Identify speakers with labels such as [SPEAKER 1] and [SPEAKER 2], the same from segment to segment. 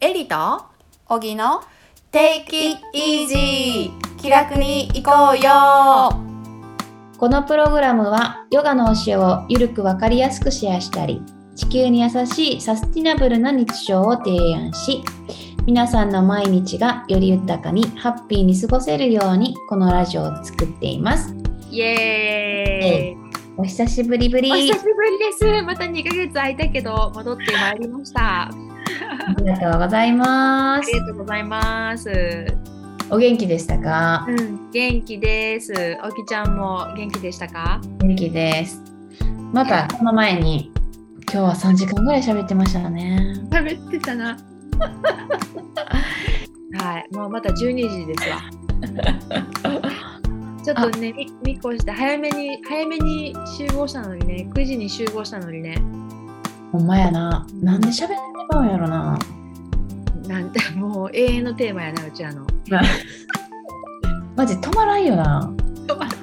[SPEAKER 1] エリと
[SPEAKER 2] 小木の
[SPEAKER 1] Take it easy
[SPEAKER 2] 気楽に行こうよ
[SPEAKER 3] このプログラムはヨガの教えをゆるくわかりやすくシェアしたり地球に優しいサスティナブルな日常を提案し皆さんの毎日がより豊かにハッピーに過ごせるようにこのラジオを作っています
[SPEAKER 4] イエーイ
[SPEAKER 3] お久しぶりぶり
[SPEAKER 4] お
[SPEAKER 3] あ
[SPEAKER 4] 久しぶりです。また2ヶ月空いたけど戻ってまいりました。あ
[SPEAKER 3] りがとうございます
[SPEAKER 4] りがとうございます。
[SPEAKER 3] お元気でしたか
[SPEAKER 4] うん、元気です。おきちゃんも元気でしたか？
[SPEAKER 3] 元気ですまたこの前に今日は3時間ぐらい喋ってましたね
[SPEAKER 4] 喋ってたな。 はい、もうまた12時です わ。ちょっとね、み見越して早めに早めに集合したのにね、9時に集合したのにね、
[SPEAKER 3] ほんまやななんで喋ってたんやろな
[SPEAKER 4] なんてもう永遠のテーマやなうちらの。
[SPEAKER 3] マジ止まらんよな
[SPEAKER 4] 止まら
[SPEAKER 3] し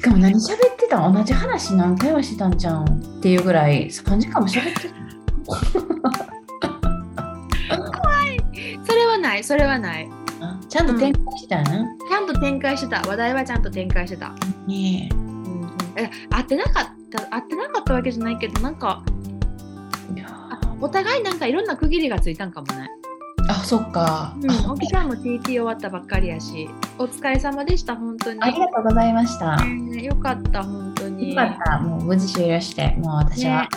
[SPEAKER 3] かも何喋ってたん同じ話何回もしてたんじゃんっていうぐらい3時間も喋ってた
[SPEAKER 4] それはない、それはない。
[SPEAKER 3] なちゃんと展開してたよな、
[SPEAKER 4] ちゃんと展開してた話題はちゃんと展開してた、
[SPEAKER 3] ね
[SPEAKER 4] うんうん、え合ってなかった合ってなかったわけじゃないけどなんか
[SPEAKER 3] えいや
[SPEAKER 4] あお互いなんかいろんな区切りがついたんかもね
[SPEAKER 3] あそっか、
[SPEAKER 4] うん、おきちゃんも TT 終わったばっかりやしお疲れ様でした本当に
[SPEAKER 3] あありがとうございました、
[SPEAKER 4] ねよかった本当に
[SPEAKER 3] よかったもう無事終了してもう私は
[SPEAKER 4] ね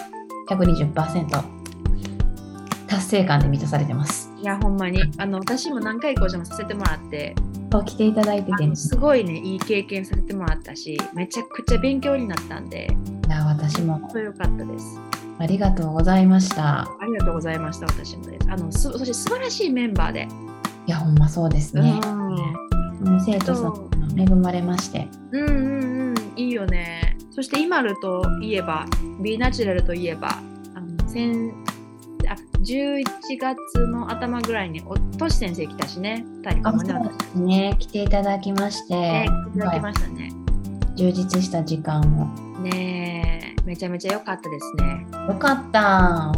[SPEAKER 3] 120%達成感で満たされてます
[SPEAKER 4] いやほんまにあの私も何回かお邪魔させてもらって
[SPEAKER 3] そう来ていただいて
[SPEAKER 4] あ
[SPEAKER 3] て
[SPEAKER 4] のすごいねいい経験させてもらったしめちゃくちゃ勉強になったんで
[SPEAKER 3] いや私も
[SPEAKER 4] そうよかったです
[SPEAKER 3] ありがとうございました
[SPEAKER 4] ありがとうございました私もですあのすそして素晴らしいメンバーで、
[SPEAKER 3] いやほんまそうですね、
[SPEAKER 4] うん
[SPEAKER 3] もう生徒さんに恵まれまして
[SPEAKER 4] うんうんうんいいよねそしてイマルといえば B ナチュラルといえばあの先あ11月の頭ぐらいにおトシ先生来たしね2人
[SPEAKER 3] あ
[SPEAKER 4] か
[SPEAKER 3] そ
[SPEAKER 4] も
[SPEAKER 3] う
[SPEAKER 4] ね私
[SPEAKER 3] ですね来ていただきまして、
[SPEAKER 4] ねいただきましたね
[SPEAKER 3] 充実した時間を
[SPEAKER 4] ねえめちゃめちゃ良かったですね
[SPEAKER 3] よかった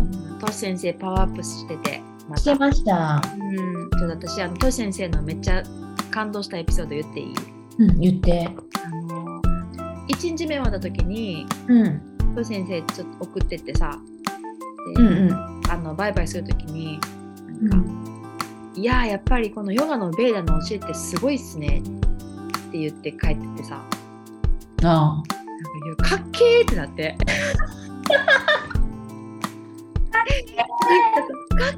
[SPEAKER 4] トシ先生パワーアップしててま
[SPEAKER 3] 来て
[SPEAKER 4] た
[SPEAKER 3] ました
[SPEAKER 4] うんちょっと私あのトシ先生のめっちゃ感動したエピソード言っていい
[SPEAKER 3] うん言って
[SPEAKER 4] あの1日目終わった時に
[SPEAKER 3] うん
[SPEAKER 4] トシ先生ちょっと送ってってさで
[SPEAKER 3] うんうん
[SPEAKER 4] あのバイバイするときになんか、いやーやっぱりこのヨガのベーダの教えってすごいっすね」って言って帰ってってさな
[SPEAKER 3] あ
[SPEAKER 4] んかいやかっけーってなって。なんかかっ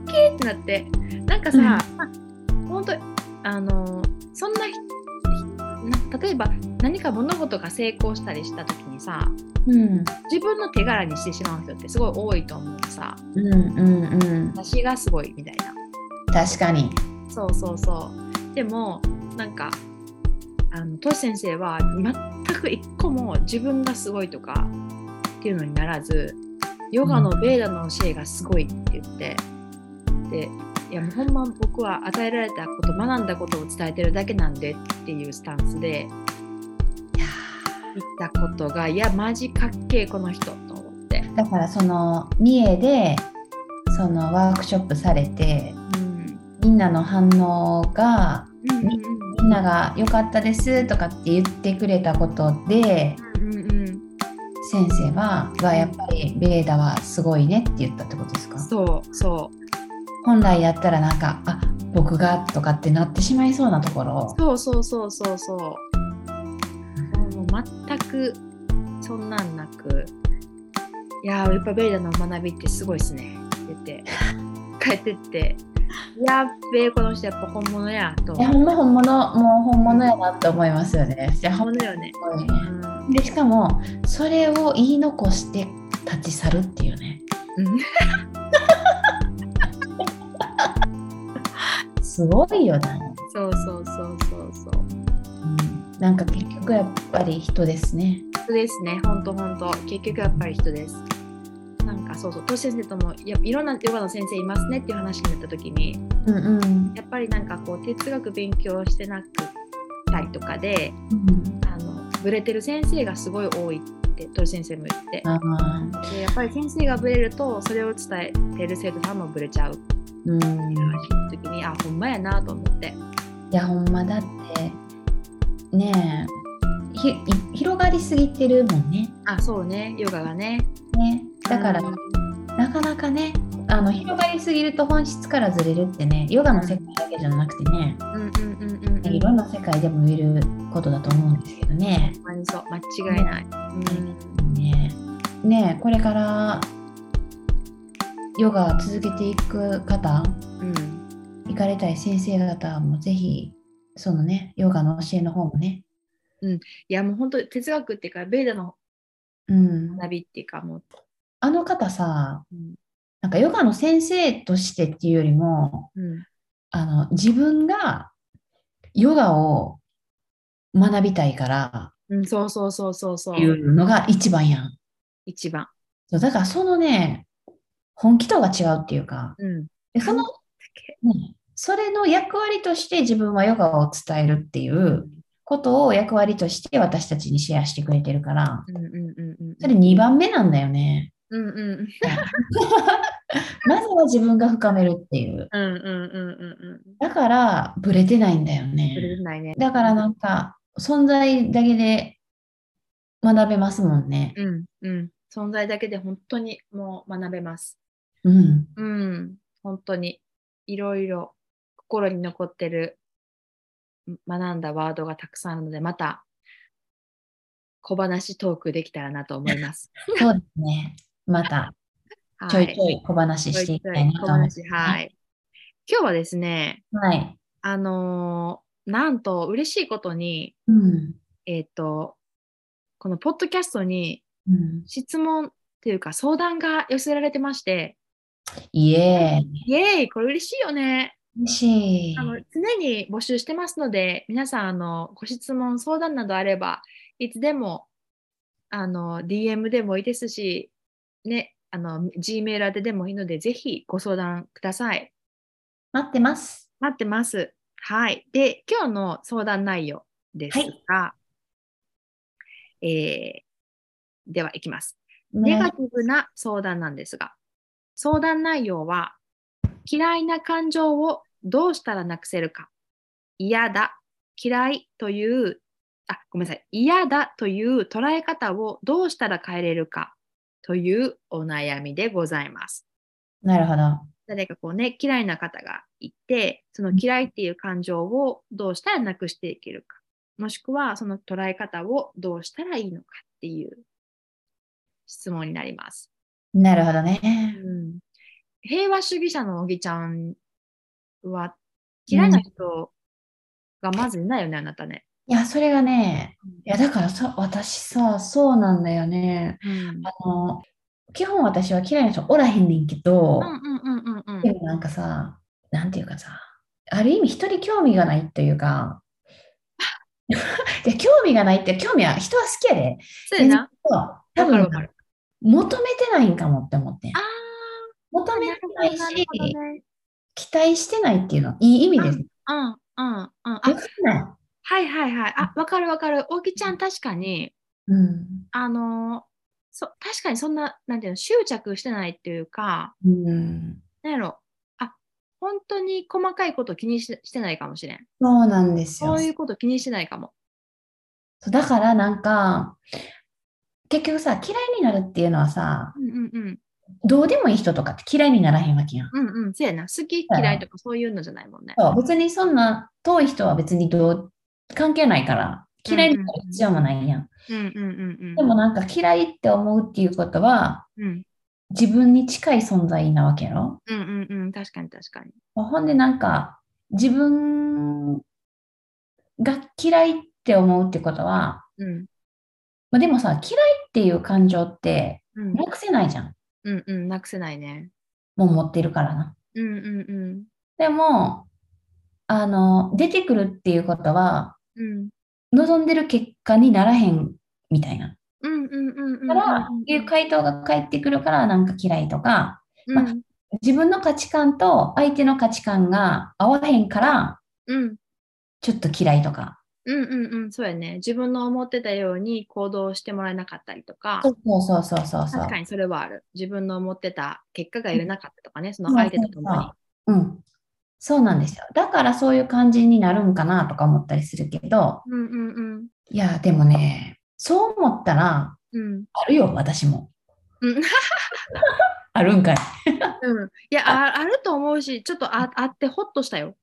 [SPEAKER 4] けーってなってなんかさ、
[SPEAKER 3] うん
[SPEAKER 4] まあほんとあのそんなひな例えば何か物事が成功したりした時にさ
[SPEAKER 3] うん
[SPEAKER 4] 自分の手柄にしてしまう人ってすごい多いと思うのさ
[SPEAKER 3] うんうんうん
[SPEAKER 4] 私がすごいみたいな。
[SPEAKER 3] 確かに
[SPEAKER 4] そうそうそう。でもなんかあのトシ先生は全く一個も自分がすごいとかっていうのにならずヨガのベーダの教えがすごいって言ってでいやもうほんま僕は与えられたこと学んだことを伝えてるだけなんでっていうスタンス
[SPEAKER 3] い
[SPEAKER 4] で
[SPEAKER 3] や
[SPEAKER 4] 言ったことがいやマジかっけえこの人と思って。
[SPEAKER 3] ーだからその三重でそのワークショップされて
[SPEAKER 4] うん
[SPEAKER 3] みんなの反応が
[SPEAKER 4] うんうん
[SPEAKER 3] みんなが良かったですとかって言ってくれたことで
[SPEAKER 4] うんうんうん
[SPEAKER 3] 先生ははやっぱりベーダはすごいねって言ったってことですか
[SPEAKER 4] そうそう
[SPEAKER 3] 本来やったらなんかあ僕がとかってなってしまいそうなところ
[SPEAKER 4] そうそうそうそうそう。もう全くそんなんなく、いやー、やっぱベイダの学びってすごいっすね。 って言って、帰ってって、やっべえ、この人やっぱ本物やと
[SPEAKER 3] いやほん
[SPEAKER 4] 思う。
[SPEAKER 3] ま本物もう本物やなって思いますよね。いやほ
[SPEAKER 4] 本
[SPEAKER 3] ん
[SPEAKER 4] 物よね。
[SPEAKER 3] まに
[SPEAKER 4] う
[SPEAKER 3] ね
[SPEAKER 4] ん
[SPEAKER 3] でしかもそれを言い残して立ち去るっていうね
[SPEAKER 4] うん。
[SPEAKER 3] すごいよな、
[SPEAKER 4] そうそうそうそうそう。
[SPEAKER 3] うん、なんか結局やっぱり人ですね。
[SPEAKER 4] 人ですね、ほんとほんと。結局やっぱり人です。なんかそうそう、トシ先生ともいやいろんなヨガの先生いますねっていう話になった時に、
[SPEAKER 3] うんうん
[SPEAKER 4] やっぱりなんかこう哲学勉強してなくったりとかで
[SPEAKER 3] うん
[SPEAKER 4] あのブレてる先生がすごい多いってトシ先生も言って
[SPEAKER 3] ああ
[SPEAKER 4] でやっぱり先生がブレるとそれを伝えてる生徒さんもブレちゃうって
[SPEAKER 3] うん
[SPEAKER 4] いう話の時にあほんまやなと思って
[SPEAKER 3] いやほんまだってねえひい広がりすぎてるもんね
[SPEAKER 4] あそうねヨガがね
[SPEAKER 3] ねだから、
[SPEAKER 4] うん
[SPEAKER 3] なかなかねあの広がりすぎると本質からずれるってねヨガの世界だけじゃなくてね、
[SPEAKER 4] うんうんうんうんうん
[SPEAKER 3] いろんな世界でも言えることだと思うんですけどね。
[SPEAKER 4] ほんまにそう間違いない、うん
[SPEAKER 3] ねねえこれからヨガ続けていく方
[SPEAKER 4] うん、
[SPEAKER 3] 行かれたい先生方もぜひそのねヨガの教えの方もね、
[SPEAKER 4] いやもう本当哲学っていうかベーダの
[SPEAKER 3] うん、
[SPEAKER 4] 学びっていうかもう、
[SPEAKER 3] あの方さ
[SPEAKER 4] うん
[SPEAKER 3] なんかヨガの先生としてっていうよりも
[SPEAKER 4] うん、
[SPEAKER 3] あの自分がヨガを学びたいから
[SPEAKER 4] うん、そうそうそうそうそ
[SPEAKER 3] っ
[SPEAKER 4] う
[SPEAKER 3] ていうのが一番やん。
[SPEAKER 4] 一番、
[SPEAKER 3] そうだからそのね、本気とは違うっていうか、
[SPEAKER 4] うん、
[SPEAKER 3] でその、ねそれの役割として自分はヨガを伝えるっていうことを役割として私たちにシェアしてくれてるから、
[SPEAKER 4] うんうんうんうん
[SPEAKER 3] それ2番目なんだよね。
[SPEAKER 4] うんうんうん
[SPEAKER 3] まずは自分が深めるっていう。
[SPEAKER 4] うんうんうんうん
[SPEAKER 3] だから、ブレてないんだよね。
[SPEAKER 4] それじゃないね
[SPEAKER 3] だからなんか存在だけで学べますもんね。
[SPEAKER 4] うんうん存在だけで本当にもう学べます
[SPEAKER 3] うん。
[SPEAKER 4] うん本当にいろいろ心に残ってる学んだワードがたくさんあるのでまた小話トークできたらなと思 います。
[SPEAKER 3] そうですね。また
[SPEAKER 4] は
[SPEAKER 3] ちょいちょい小話していきたいなと
[SPEAKER 4] 小
[SPEAKER 3] 思います。
[SPEAKER 4] 話はい。今日はですね、
[SPEAKER 3] はい。
[SPEAKER 4] あのーなんと嬉しいことに、
[SPEAKER 3] うん。
[SPEAKER 4] えっ、と、このポッドキャストに
[SPEAKER 3] うん、
[SPEAKER 4] 質問というか相談が寄せられてまして、
[SPEAKER 3] いえ、
[SPEAKER 4] イエーイこれ嬉しいよね
[SPEAKER 3] 嬉しい
[SPEAKER 4] あ。の常に募集してますので皆さんあのご質問相談などあればいつでもあの DM でもいいですし、ね、あの G メール宛てでもいいのでぜひご相談ください
[SPEAKER 3] 待ってます。
[SPEAKER 4] 待ってますはいで今日の相談内容ですが、えーではいきますネガ
[SPEAKER 3] ね
[SPEAKER 4] ティブな相談なんですが、相談内容は、嫌いな感情をどうしたらなくせるか、嫌だ、嫌いという、あ、ごめんなさい、嫌だという捉え方をどうしたら変えれるかというお悩みでございます。
[SPEAKER 3] なるほど。
[SPEAKER 4] 誰かこうね、嫌いな方がいて、その嫌いっていう感情をどうしたらなくしていけるか、もしくはその捉え方をどうしたらいいのかっていう質問になります。
[SPEAKER 3] なるほどね。
[SPEAKER 4] うん平和主義者の小木ちゃんは嫌いな人がまずいないよね、あなたね。
[SPEAKER 3] いや、それがね、いや、だからさ、私さ、そうなんだよね。
[SPEAKER 4] うん
[SPEAKER 3] あの、基本私は嫌いな人おらへんねんけど、
[SPEAKER 4] うんうんうんうん
[SPEAKER 3] でもなんかさ、なんていうかさ、ある意味人に興味がないっていうか、 いや興味がないって、興味は人は好きやで。
[SPEAKER 4] そうやな。
[SPEAKER 3] 多
[SPEAKER 4] わかる
[SPEAKER 3] 分
[SPEAKER 4] わかる。
[SPEAKER 3] 求めてないんかもって思ってん
[SPEAKER 4] あ。
[SPEAKER 3] 求
[SPEAKER 4] あ、
[SPEAKER 3] め
[SPEAKER 4] な
[SPEAKER 3] て
[SPEAKER 4] るほ
[SPEAKER 3] ない
[SPEAKER 4] ど
[SPEAKER 3] し、
[SPEAKER 4] なるほどね。
[SPEAKER 3] 期待してないっていうの、いい意味です。
[SPEAKER 4] うんうんうん。あ、
[SPEAKER 3] できない。
[SPEAKER 4] はいはいはい。あ、わかるわかる。小木ちゃん確かに、
[SPEAKER 3] うん。
[SPEAKER 4] あのーそ、確かにそんな、なんていうの、執着してないっていうか、
[SPEAKER 3] うん、
[SPEAKER 4] なんやろ。あ、本当に細かいこと気にししてないかもしれん。
[SPEAKER 3] そうなんですよ
[SPEAKER 4] そういうこと気にしてないかも。
[SPEAKER 3] そうだからなんか、結局さ、嫌いになるっていうのはさ、
[SPEAKER 4] うんうんうん。
[SPEAKER 3] どうでもいい人とかって嫌いにならへんわけやん。
[SPEAKER 4] うんうん、そうやな。好き
[SPEAKER 3] うん
[SPEAKER 4] 嫌いとかそういうのじゃないもんね。
[SPEAKER 3] そう別にそんな遠い人は別にどう関係ないから嫌いになる必要もないやん。
[SPEAKER 4] うんうんうん
[SPEAKER 3] でもなんか嫌いって思うっていうことは
[SPEAKER 4] うん。
[SPEAKER 3] 自分に近い存在なわけやろ。
[SPEAKER 4] うんうんうん。確かに確かに。
[SPEAKER 3] ほんでなんか自分が嫌いって思うってことは、
[SPEAKER 4] うん。
[SPEAKER 3] まあ、でもさ嫌いっていう感情って
[SPEAKER 4] うん
[SPEAKER 3] なくせないじゃん。
[SPEAKER 4] うんうん。なくせないね。
[SPEAKER 3] もう持ってるからな。
[SPEAKER 4] うんうんうん。
[SPEAKER 3] でもあの出てくるっていうことは
[SPEAKER 4] うん
[SPEAKER 3] 望んでる結果にならへんみたいな。
[SPEAKER 4] うんうんうんうん。
[SPEAKER 3] から、いう回答が返ってくるから、なんか嫌いとか、
[SPEAKER 4] うんうん
[SPEAKER 3] 自分の価値観と相手の価値観が合わへんから、
[SPEAKER 4] うん
[SPEAKER 3] ちょっと嫌いとか、
[SPEAKER 4] うんうんうん、そうやね。自分の思ってたように行動してもらえなかったりとか、
[SPEAKER 3] そうそうそうそうそう
[SPEAKER 4] 確かにそれはある。自分の思ってた結果が得れなかったとかね、その相手と共に。
[SPEAKER 3] うん、そうなんですよだからそういう感じになるんかなとか思ったりするけど
[SPEAKER 4] うんうんうん。
[SPEAKER 3] いやでもねそう思ったら
[SPEAKER 4] うん。
[SPEAKER 3] あるよ私も
[SPEAKER 4] うん、
[SPEAKER 3] あるんかい
[SPEAKER 4] うんいやあ、あると思うし、ちょっとああってほっとしたよ。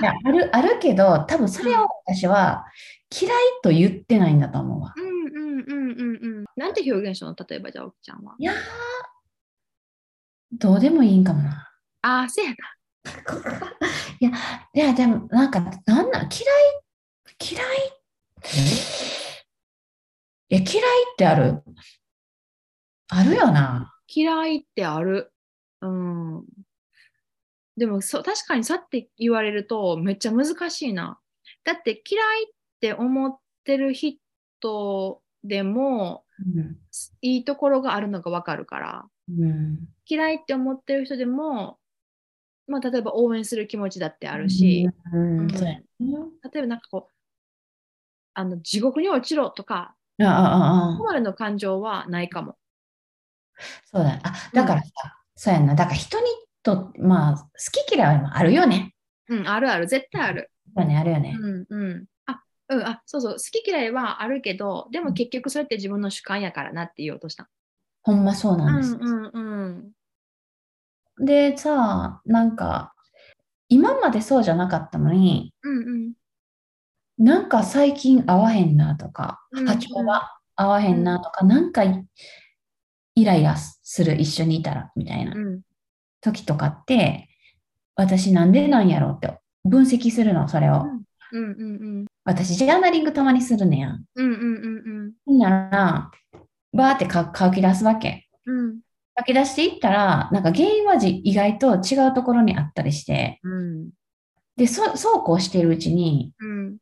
[SPEAKER 3] いやあるあるけど多分それを私は嫌いと言ってないんだと思うわ
[SPEAKER 4] うんうんうんうんうん。なんて表現したの例えばじゃあ、おきちゃんは。
[SPEAKER 3] いやーどうでもいいんかもな
[SPEAKER 4] ああ、せやな。
[SPEAKER 3] いやいやでもなんかなんなん嫌い嫌いいや嫌いってあるあるよな
[SPEAKER 4] 嫌いってある。うん。でもそう、確かにさって言われるとめっちゃ難しいな。だって嫌いって思ってる人でも
[SPEAKER 3] うん
[SPEAKER 4] いいところがあるのがわかるから、
[SPEAKER 3] うん
[SPEAKER 4] 嫌いって思ってる人でも、まあ、例えば応援する気持ちだってあるし、、
[SPEAKER 3] うん
[SPEAKER 4] うん
[SPEAKER 3] そうやね
[SPEAKER 4] 例えばなんかこう、あの地獄に落ちろとか、
[SPEAKER 3] あああ
[SPEAKER 4] ここまでの感情はないかも。
[SPEAKER 3] あそうだあだからさ、そうやんなだから人にとってまあ好き嫌いもあるよね
[SPEAKER 4] うん、あるある、絶対ある。
[SPEAKER 3] そうねあるよね、
[SPEAKER 4] うんうん。あ、うん、あ、そうそう、好き嫌いはあるけど、でも結局それって自分の主観やからなって言おうとした。
[SPEAKER 3] ほんまそう
[SPEAKER 4] う
[SPEAKER 3] なんです、
[SPEAKER 4] んうんうん。
[SPEAKER 3] でさなんか今までそうじゃなかったのに
[SPEAKER 4] うんうん。
[SPEAKER 3] なんか最近合わへんなとか
[SPEAKER 4] うん
[SPEAKER 3] 波長が合わへんなとか、なんかイライラする一緒にいたらみたいな
[SPEAKER 4] うん
[SPEAKER 3] 時とかって私なんでなんやろうって分析するのそれを、
[SPEAKER 4] うんうん
[SPEAKER 3] 私ジャーナリングたまにするねやん
[SPEAKER 4] うんうんうん
[SPEAKER 3] ほんならバーってか書き出すわけ
[SPEAKER 4] うん
[SPEAKER 3] 書き出していったらなんか原因はじ意外と違うところにあったりして
[SPEAKER 4] うん
[SPEAKER 3] でそそうこうしてるうちに
[SPEAKER 4] うん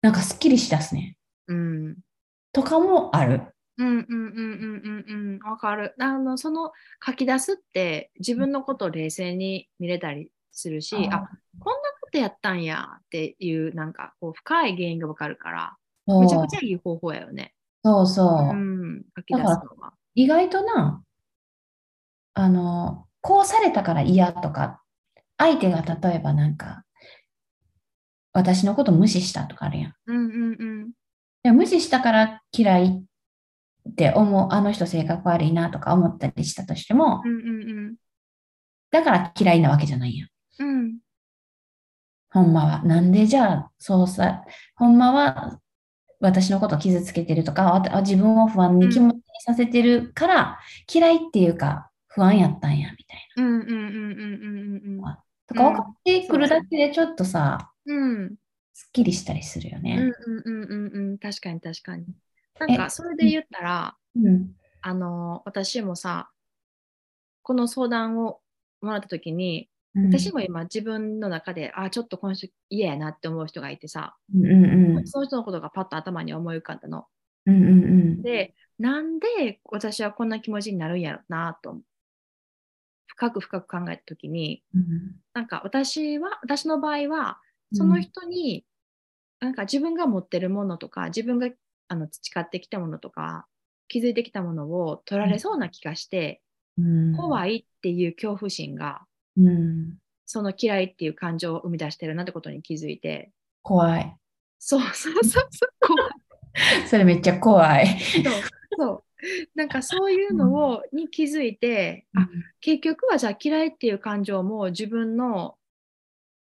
[SPEAKER 3] なんかすっきりしだすね
[SPEAKER 4] うん
[SPEAKER 3] とかもある
[SPEAKER 4] うんうんうんうんうんうんわかるあのその書き出すって自分のことを冷静に見れたりするし
[SPEAKER 3] うん
[SPEAKER 4] あこんなことやったんやっていうなんかこう深い原因がわかるから
[SPEAKER 3] そう
[SPEAKER 4] めちゃくちゃいい方法やよね
[SPEAKER 3] そうそう
[SPEAKER 4] う、ん書き出すのが
[SPEAKER 3] 意外となあのこうされたから嫌とか相手が例えばなんか私のこと無視したとかあるやん
[SPEAKER 4] うんうんうん
[SPEAKER 3] で無視したから嫌いって思うあの人性格悪いなとか思ったりしたとしても
[SPEAKER 4] うんうん
[SPEAKER 3] だから嫌いなわけじゃないやん
[SPEAKER 4] うんうん
[SPEAKER 3] ほんまは。なんでじゃあ、そうさ、ほんまは私のことを傷つけてるとか、わた自分を不安に気持ちにさせてるから、嫌いっていうか、不安やったんや、みたい
[SPEAKER 4] うんうんうんうんうん
[SPEAKER 3] な。と
[SPEAKER 4] う
[SPEAKER 3] か、
[SPEAKER 4] ん
[SPEAKER 3] 分かってくるだけでちょっとさ、
[SPEAKER 4] うん
[SPEAKER 3] すっきりしたりするよ
[SPEAKER 4] うん
[SPEAKER 3] ね。
[SPEAKER 4] うんうんうんうん確かに確かになんかそれで言ったら
[SPEAKER 3] うん。
[SPEAKER 4] あの私もさこの相談をもらった時に
[SPEAKER 3] うん
[SPEAKER 4] 私も今自分の中であちょっと今週嫌やなって思う人がいてさ
[SPEAKER 3] うんうん
[SPEAKER 4] その人のことがパッと頭に思い浮かんだの
[SPEAKER 3] うんうんうん
[SPEAKER 4] でなんで私はこんな気持ちになるんやろなと深く深く考えた時に
[SPEAKER 3] うん
[SPEAKER 4] なんか私は私の場合は
[SPEAKER 3] うん
[SPEAKER 4] その人に、なんか自分が持ってるものとか自分があの培ってきたものとか気づいてきたものを取られそうな気がして、
[SPEAKER 3] うん
[SPEAKER 4] 怖いっていう恐怖心が
[SPEAKER 3] うん
[SPEAKER 4] その嫌いっていう感情を生み出してるなってことに気づいて
[SPEAKER 3] 怖い。
[SPEAKER 4] そうそうそうそう怖い
[SPEAKER 3] それめっちゃ怖い。
[SPEAKER 4] そうそうなんかそういうのをに気づいて、あ結局はじゃあ嫌いっていう感情も自分の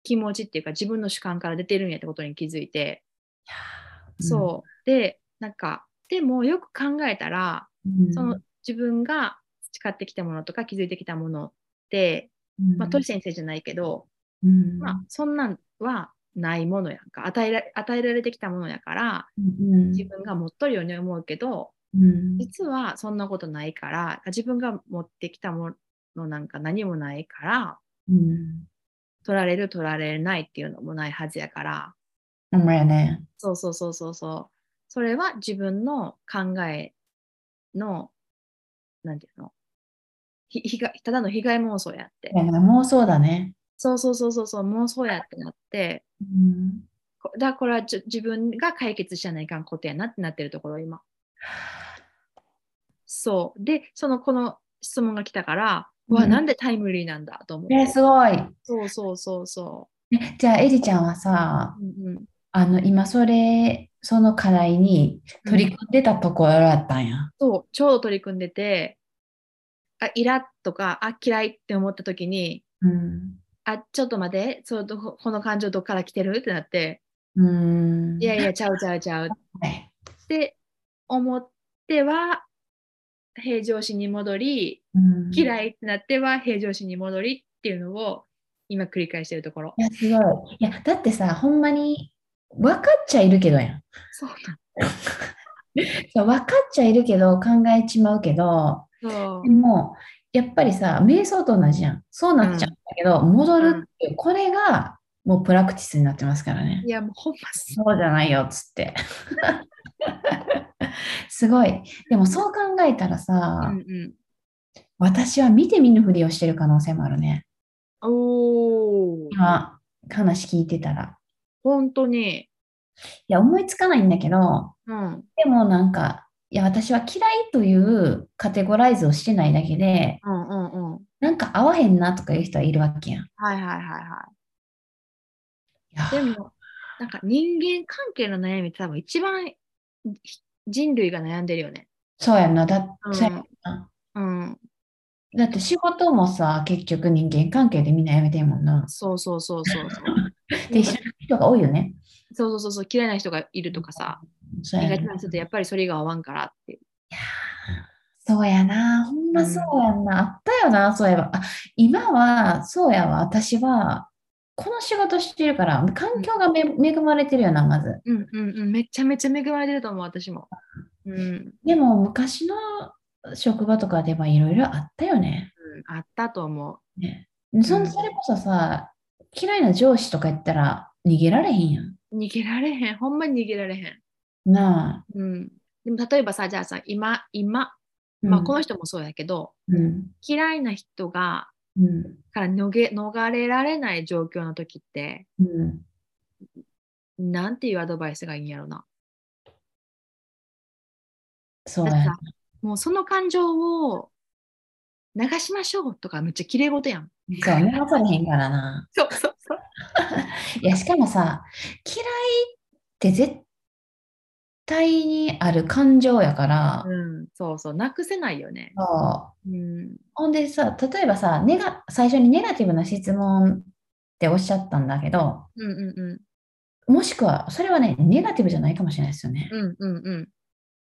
[SPEAKER 4] 気持ちっていうか自分の主観から出てるんやってことに気づいて、そうでなんかでもよく考えたら、
[SPEAKER 3] うん。
[SPEAKER 4] その自分が培ってきたものとか気づいてきたものって、
[SPEAKER 3] うん、
[SPEAKER 4] まあ、鳥先生じゃないけど、
[SPEAKER 3] うん、
[SPEAKER 4] まあ、そんなんはないものやんか与えら与えられてきたものやから
[SPEAKER 3] うん
[SPEAKER 4] 自分が持っとるように思うけど
[SPEAKER 3] うん
[SPEAKER 4] 実はそんなことないから自分が持ってきたものなんか何もないから
[SPEAKER 3] うん。
[SPEAKER 4] 取られる取られないっていうのもないはずやから
[SPEAKER 3] ほんまやね。
[SPEAKER 4] そうそうそうそうそうそれは自分の考えのなんていうのひ被害ただの被害妄想やって
[SPEAKER 3] いやな妄想だね。
[SPEAKER 4] そうそうそうそうそう妄想やってなって
[SPEAKER 3] うん
[SPEAKER 4] ここだからこれはじゅ自分が解決しないかんことやなってなってるところ今。そうでそのこの質問が来たから、うわ
[SPEAKER 3] うん
[SPEAKER 4] なんでタイムリーなんだと思って、
[SPEAKER 3] ね、すごい。
[SPEAKER 4] そうそうそうそ
[SPEAKER 3] ねじゃあ、エリちゃんはさ、
[SPEAKER 4] う。うんうん
[SPEAKER 3] あの、今それ、その課題に取り組んでたところだったんや。
[SPEAKER 4] そう、ちょうど取り組んでて、あ、イラッとか、あ、嫌いって思った時に、
[SPEAKER 3] うん。
[SPEAKER 4] あ、ちょっと待って、そうどここの感情どっから来てるってなって、
[SPEAKER 3] うん。
[SPEAKER 4] いやいや、ちゃうちゃうちゃう
[SPEAKER 3] はい
[SPEAKER 4] って思っては、平常心に戻り、
[SPEAKER 3] うん
[SPEAKER 4] 嫌いってなっては平常心に戻りっていうのを今繰り返してるところ。
[SPEAKER 3] いや、すごい。いや、だってさ、ほんまに分かっちゃいるけどやん。
[SPEAKER 4] そう
[SPEAKER 3] そう分かっちゃいるけど、考えちまうけど、
[SPEAKER 4] なんそう
[SPEAKER 3] でも、やっぱりさ、瞑想と同じやん。そうなっちゃうんだけど、戻るっていう、これがもうプラクティスになってますからね。
[SPEAKER 4] いや、もうほんまそ
[SPEAKER 3] そうじゃないよっつって。 すごい。でもそう考えたら
[SPEAKER 4] う。う
[SPEAKER 3] さ、
[SPEAKER 4] んうん。
[SPEAKER 3] 私は見て見ぬふりをしてる可能性もあるね。
[SPEAKER 4] おー、
[SPEAKER 3] 今、話聞いてたら。
[SPEAKER 4] 本当に。
[SPEAKER 3] いや、思いつかないんだけど、
[SPEAKER 4] うん。
[SPEAKER 3] でもなんか、いや、私は嫌いというカテゴライズをしてないだけで、
[SPEAKER 4] うんうんうん。はい
[SPEAKER 3] なんか合わへんなとかいう人はいるわけやん。い
[SPEAKER 4] はいはいはい。
[SPEAKER 3] や
[SPEAKER 4] でも、なんか人間関係の悩みって多分一番ひ人類が悩んでるよね。
[SPEAKER 3] そうやんな。だ,、
[SPEAKER 4] うん
[SPEAKER 3] そうやんな
[SPEAKER 4] うん。
[SPEAKER 3] だって仕事もさ、結局人間関係でみんな辞めてんもんな。
[SPEAKER 4] そうそうそうそう そう。
[SPEAKER 3] で、一緒の人が多いよね。
[SPEAKER 4] そうそうそうそう、嫌いな人がいるとかさ、
[SPEAKER 3] そうや
[SPEAKER 4] 苦
[SPEAKER 3] ん
[SPEAKER 4] 手
[SPEAKER 3] な
[SPEAKER 4] な人とやっぱりそれが合わんからって。
[SPEAKER 3] そうやな。ほんまそうやんな。あったよな、そういえば。あ、今は、そうやわ。私は、この仕事してるから、環境がめ恵まれてるよな、まず。
[SPEAKER 4] うんうんうん、めちゃめちゃ恵まれてると思う、私も。うん、うん、
[SPEAKER 3] でも、昔の職場とかではいろいろあったよね。
[SPEAKER 4] あったと思う。
[SPEAKER 3] ねそん
[SPEAKER 4] うん
[SPEAKER 3] それこそさ、嫌いな上司とか言ったら逃げられへんやん。
[SPEAKER 4] 逃げられへん、ほんまに逃げられへん。
[SPEAKER 3] なあ。
[SPEAKER 4] うん。でも例えばさ、じゃあさ、今、今、まあ
[SPEAKER 3] うん
[SPEAKER 4] この人もそうやけど、
[SPEAKER 3] うん。
[SPEAKER 4] 嫌いな人が、
[SPEAKER 3] うん。
[SPEAKER 4] から逃げ逃れられない状況の時って、
[SPEAKER 3] うん。
[SPEAKER 4] なんていうアドバイスがいいんやろな。
[SPEAKER 3] そうや
[SPEAKER 4] だっ
[SPEAKER 3] な。
[SPEAKER 4] もうその感情を流しましょうとかめっちゃ綺麗事やん。
[SPEAKER 3] そう、流されへんからな。
[SPEAKER 4] そうそうそう。
[SPEAKER 3] いや、しかもさ、嫌いって絶対にある感情やから、
[SPEAKER 4] うん、そうそう。なくせないよね。
[SPEAKER 3] そう
[SPEAKER 4] うん。
[SPEAKER 3] ほんでさ、例えばさ、ネガ最初にネガティブな質問っておっしゃったんだけど、
[SPEAKER 4] うんうんう
[SPEAKER 3] もしくは、それはね、ネガティブじゃないかもしれないですよね
[SPEAKER 4] ん。。うんうんうん。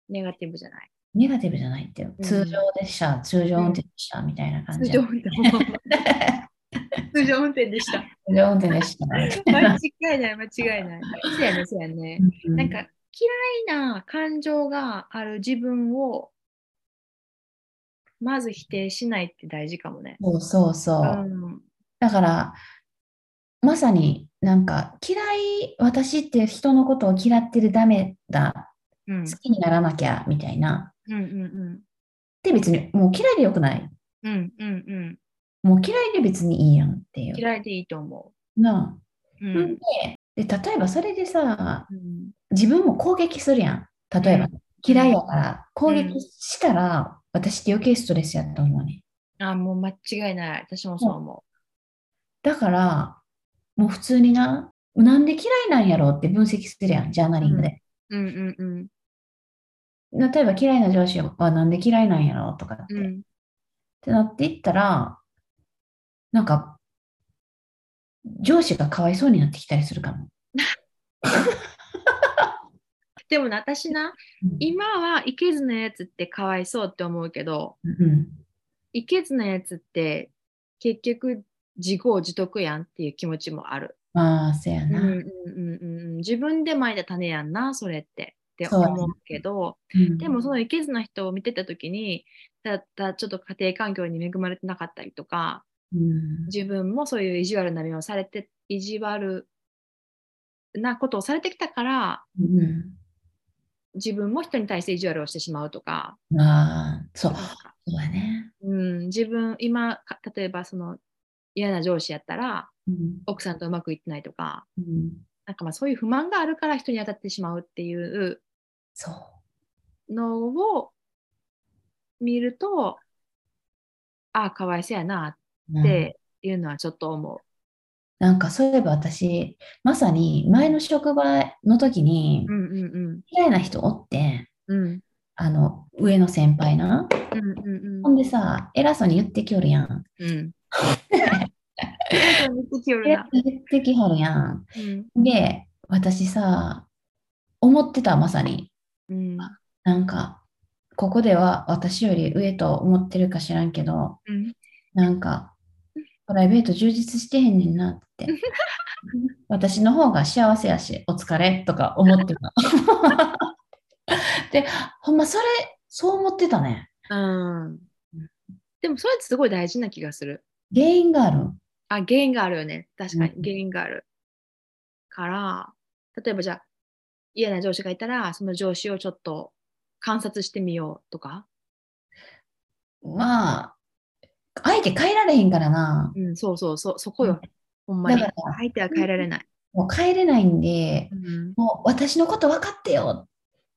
[SPEAKER 4] ネガティブじゃない。
[SPEAKER 3] ネガティブじゃないっていう
[SPEAKER 4] うん
[SPEAKER 3] 通常でした、通常運転でした、みたいな感
[SPEAKER 4] 通
[SPEAKER 3] じで。
[SPEAKER 4] 常
[SPEAKER 3] 通
[SPEAKER 4] 運転。通常運転で した。
[SPEAKER 3] 常運転で した。
[SPEAKER 4] 間違いない、間違いない。そうやね、そうやね。なんか嫌いな感情がある自分をまず否定しないって大事かもね。
[SPEAKER 3] そうそうそうう。
[SPEAKER 4] ん。
[SPEAKER 3] だから、まさになんか嫌い、私って人のことを嫌ってるダメだ、
[SPEAKER 4] うん
[SPEAKER 3] 好きにならなきゃ、みたいな。
[SPEAKER 4] うんうん
[SPEAKER 3] で、別にもう嫌いでよくない。
[SPEAKER 4] うん。うんうんうん。
[SPEAKER 3] もう嫌いで別にいいやんっていう。
[SPEAKER 4] 嫌いでいいと思
[SPEAKER 3] なあ。
[SPEAKER 4] う。う
[SPEAKER 3] ほん
[SPEAKER 4] ん。
[SPEAKER 3] で、で例えばそれでさ、
[SPEAKER 4] うん
[SPEAKER 3] 自分も攻撃するやん。例えば、
[SPEAKER 4] う
[SPEAKER 3] 嫌いやから、攻
[SPEAKER 4] うん
[SPEAKER 3] 撃したら、私って余計ストレスやと思うね。
[SPEAKER 4] あ、もう間違いない。私もそう思
[SPEAKER 3] だから、もう普通にな、なんで嫌いなんやろうって分析するやん、ジャーナリングで。
[SPEAKER 4] う。うんうんうん。
[SPEAKER 3] 例えば、嫌いな上司はなんで嫌いなんやろうとかって、
[SPEAKER 4] う
[SPEAKER 3] っ
[SPEAKER 4] ん
[SPEAKER 3] てなっていったら、なんか、上司がかわいそうになってきたりするかも。
[SPEAKER 4] でもな、私な、
[SPEAKER 3] うん
[SPEAKER 4] 今はいけずなやつってかわいそうって思うけど、
[SPEAKER 3] うん、
[SPEAKER 4] いけずなやつって結局自業自得やんっていう気持ちもある。
[SPEAKER 3] まあ、そうや
[SPEAKER 4] うん
[SPEAKER 3] な。
[SPEAKER 4] うんうんうん。自分でまいた種やんな、それって。って
[SPEAKER 3] そうやね
[SPEAKER 4] 思うけど、
[SPEAKER 3] うん
[SPEAKER 4] でもそのいけずな人を見てた時に、ただちょっと家庭環境に恵まれてなかったりとか、
[SPEAKER 3] うん
[SPEAKER 4] 自分もそういう意地悪な目をされて意地悪なことをされてきたから
[SPEAKER 3] うん
[SPEAKER 4] 自分も人に対して意地悪をしてしまうとか
[SPEAKER 3] ああ、そう、
[SPEAKER 4] な
[SPEAKER 3] そ
[SPEAKER 4] んか
[SPEAKER 3] うだね。
[SPEAKER 4] うん、自分今か例えばその嫌な上司やったら
[SPEAKER 3] うん
[SPEAKER 4] 奥さんとうまくいってないとか
[SPEAKER 3] うん
[SPEAKER 4] なんかまあそういう不満があるから人に当たってしまうっていう
[SPEAKER 3] そう。
[SPEAKER 4] のを見ると、ああ、かわいそうやな
[SPEAKER 3] うん
[SPEAKER 4] っていうのはちょっと思う。
[SPEAKER 3] なんかそういえば私、まさに前の職場の時に
[SPEAKER 4] う、んうん
[SPEAKER 3] 嫌いな人おって、
[SPEAKER 4] うん。うん
[SPEAKER 3] あの、上の先輩な。
[SPEAKER 4] うんうん
[SPEAKER 3] ほんでさ、偉そうに言ってきよるやん。
[SPEAKER 4] うん。うん。なんか似てきよる
[SPEAKER 3] 偉
[SPEAKER 4] な
[SPEAKER 3] そうに言ってきはるやん。
[SPEAKER 4] うん
[SPEAKER 3] で、私さ、思ってた、まさに。
[SPEAKER 4] うん
[SPEAKER 3] なんか、ここでは私より上と思ってるか知らんけど、
[SPEAKER 4] うん
[SPEAKER 3] なんか、プライベート充実してへんねんな って。私の方が幸せやし、お疲れとか思って た。で、ほんま、それ、そう思ってたね。
[SPEAKER 4] うんでもそれってすごい大事な気がする。
[SPEAKER 3] 原因がある。
[SPEAKER 4] あ、原因があるよね。確かに
[SPEAKER 3] うん
[SPEAKER 4] 原因がある。から、例えばじゃあ、嫌な上司がいたら、その上司をちょっと観察してみようとか。
[SPEAKER 3] まあ、相手変えられへんからな。
[SPEAKER 4] うん、そうそうそう、そこよ。ほんまに。
[SPEAKER 3] だから
[SPEAKER 4] 相手は変えられない。
[SPEAKER 3] もう変えれないんで、
[SPEAKER 4] うん
[SPEAKER 3] もう私のこと分かってよ。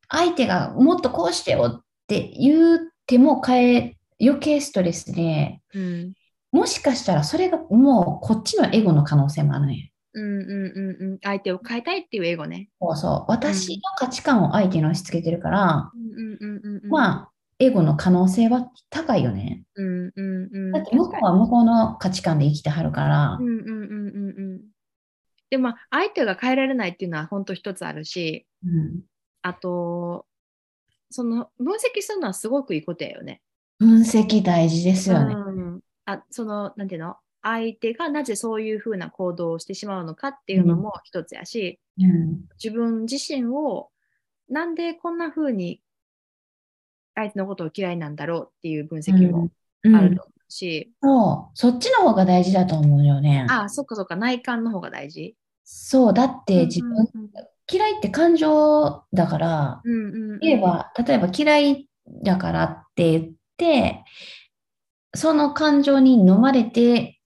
[SPEAKER 3] 相手がもっとこうしてよって言うても変え、余計ストレスで、
[SPEAKER 4] うん
[SPEAKER 3] もしかしたらそれがもうこっちのエゴの可能性もあるね。
[SPEAKER 4] うんうんうんうん。相手を変えたいっていう英語ね。
[SPEAKER 3] そうそう。私の価値観を相手に押し付けてるから、
[SPEAKER 4] うんうんうんうん。あ、
[SPEAKER 3] まあ、エゴの可能性は高いよね。
[SPEAKER 4] うんうんうん。
[SPEAKER 3] だって向こうは向こうの価値観で生きてはるから
[SPEAKER 4] う、んうんうんうんうん。でも、相手が変えられないっていうのは本当一つあるし、
[SPEAKER 3] うん
[SPEAKER 4] あと、その分析するのはすごくいいことやよね。
[SPEAKER 3] 分析大事ですよね。
[SPEAKER 4] うん、あその、なんていうの相手がなぜそういうふうな行動をしてしまうのかっていうのも一つやし、
[SPEAKER 3] うん
[SPEAKER 4] 自分自身をなんでこんなふうに相手のことを嫌いなんだろうっていう分析もあ
[SPEAKER 3] う
[SPEAKER 4] る
[SPEAKER 3] ん
[SPEAKER 4] と思うし、
[SPEAKER 3] そう、そっちの方が大事だと思うよね。
[SPEAKER 4] ああ、そっかそっか、内観の方が大事。
[SPEAKER 3] そう、だって自
[SPEAKER 4] う
[SPEAKER 3] 分
[SPEAKER 4] んうん
[SPEAKER 3] 嫌いって感情だから、
[SPEAKER 4] うんうんうん
[SPEAKER 3] 例えば、例えば嫌いだからって言って、その感情に飲まれて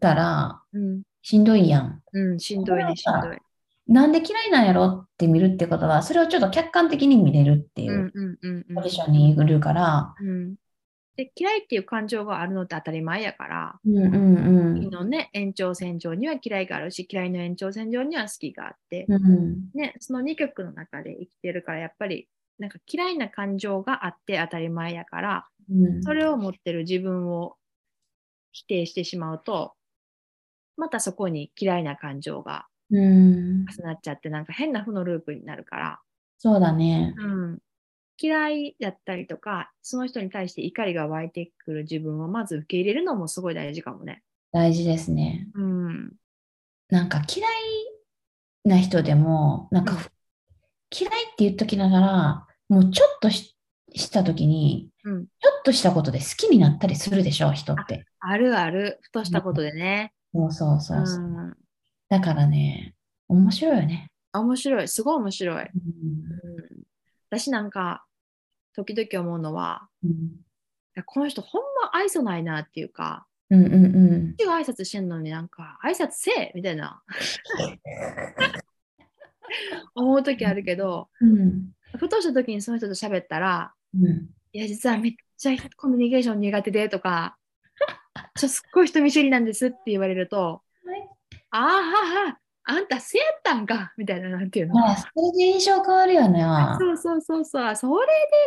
[SPEAKER 3] たら
[SPEAKER 4] うん
[SPEAKER 3] しんどいやん。
[SPEAKER 4] うん、しんどいね、しんどい。
[SPEAKER 3] なんで嫌いなんやろって見るってことは、それをちょっと客観的に見れるっていううん
[SPEAKER 4] うんうんうん
[SPEAKER 3] ポジションにいるから、
[SPEAKER 4] うんで嫌いっていう感情があるのって当たり前やから、
[SPEAKER 3] うんうんう
[SPEAKER 4] 好き
[SPEAKER 3] ん。
[SPEAKER 4] のね、延長線上には嫌いがあるし、嫌いの延長線上には好きがあって、
[SPEAKER 3] うん、
[SPEAKER 4] ね、その2曲の中で生きてるから、やっぱりなんか嫌いな感情があって当たり前やから、
[SPEAKER 3] うん
[SPEAKER 4] それを持ってる自分を否定してしまうと、またそこに嫌いな感情が
[SPEAKER 3] うん、
[SPEAKER 4] 重なっちゃって、なんか変な負のループになるから、
[SPEAKER 3] そうだね。
[SPEAKER 4] うん、嫌いだったりとか、その人に対して怒りが湧いてくる自分をまず受け入れるのもすごい大事かもね。
[SPEAKER 3] 大事ですね。
[SPEAKER 4] うん。
[SPEAKER 3] なんか嫌いな人でも、なんか
[SPEAKER 4] うん
[SPEAKER 3] 嫌いって言っときながら、もうちょっとししたときに、
[SPEAKER 4] うん
[SPEAKER 3] ちょっとしたことで好きになったりするでしょ、人って。
[SPEAKER 4] あるある、ふとしたことでね。
[SPEAKER 3] そうそう
[SPEAKER 4] う
[SPEAKER 3] そうそう。
[SPEAKER 4] ん。
[SPEAKER 3] だからね、面白いよね。
[SPEAKER 4] 面白い、すごい面
[SPEAKER 3] う
[SPEAKER 4] 白い。
[SPEAKER 3] ん
[SPEAKER 4] うん、私なんか、時々思うのは、いやこの人ほんま愛想ないなっていうか、
[SPEAKER 3] うんうんうん。
[SPEAKER 4] 違う挨拶してんのになんか、挨拶せえみたい な。思う時あるけど、
[SPEAKER 3] うん
[SPEAKER 4] ふとした時にその人と喋ったら、
[SPEAKER 3] うん
[SPEAKER 4] いや、実はめっちゃコミュニケーション苦手でとか、ちょすっごい人見知りなんですって言われると、
[SPEAKER 3] はい
[SPEAKER 4] ああはは、あんたせやったんかみたいな、なんていうの。
[SPEAKER 3] まあ、それで印象変わるよね。
[SPEAKER 4] そうそうそうそう、あそれ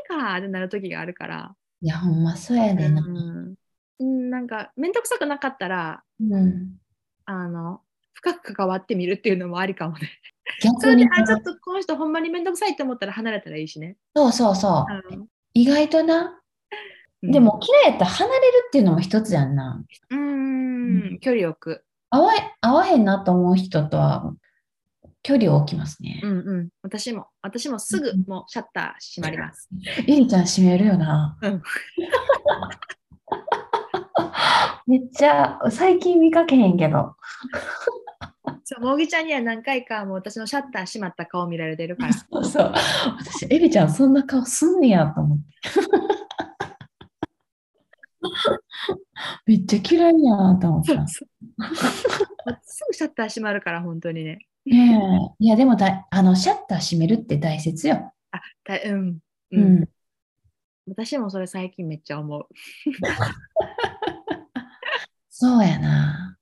[SPEAKER 4] でかってなる時があるから、
[SPEAKER 3] いや、ほんまそうや
[SPEAKER 4] う
[SPEAKER 3] でな。
[SPEAKER 4] ん、うんなんか、面倒くさくなかったら、
[SPEAKER 3] うん、
[SPEAKER 4] あの、深く関わってみるっていうのもありかもね。そ
[SPEAKER 3] 逆
[SPEAKER 4] れで、
[SPEAKER 3] に、
[SPEAKER 4] あ、ちょっとこの人ほんまに面倒くさいって思ったら離れたらいいしね。
[SPEAKER 3] そうそうそう。
[SPEAKER 4] うん
[SPEAKER 3] 意外とな。で、も、嫌いやったら離れるっていうのも一つやんな。
[SPEAKER 4] うん、うん距離を置く。
[SPEAKER 3] 合わ合わへんなと思う人とは距離を置きますね
[SPEAKER 4] う。んうん、私も、私もすぐ
[SPEAKER 3] うん
[SPEAKER 4] もうシャッター閉まります。
[SPEAKER 3] ゆりちゃん閉めるよな。
[SPEAKER 4] うん
[SPEAKER 3] めっちゃ最近見かけへんけど。
[SPEAKER 4] そう、もぎちゃんには何回かもう私のシャッター閉まった顔見られてるから。
[SPEAKER 3] そうそう。私、エリちゃんそんな顔すんねやと思って。 めっちゃ嫌いやなと思った。
[SPEAKER 4] すぐシャッター閉まるから、本当にね。
[SPEAKER 3] ねえいや、でもだ、あの、シャッター閉めるって大切よ。
[SPEAKER 4] たうん、う
[SPEAKER 3] うんん。
[SPEAKER 4] 私もそれ最近めっちゃ思う。
[SPEAKER 3] そうやな。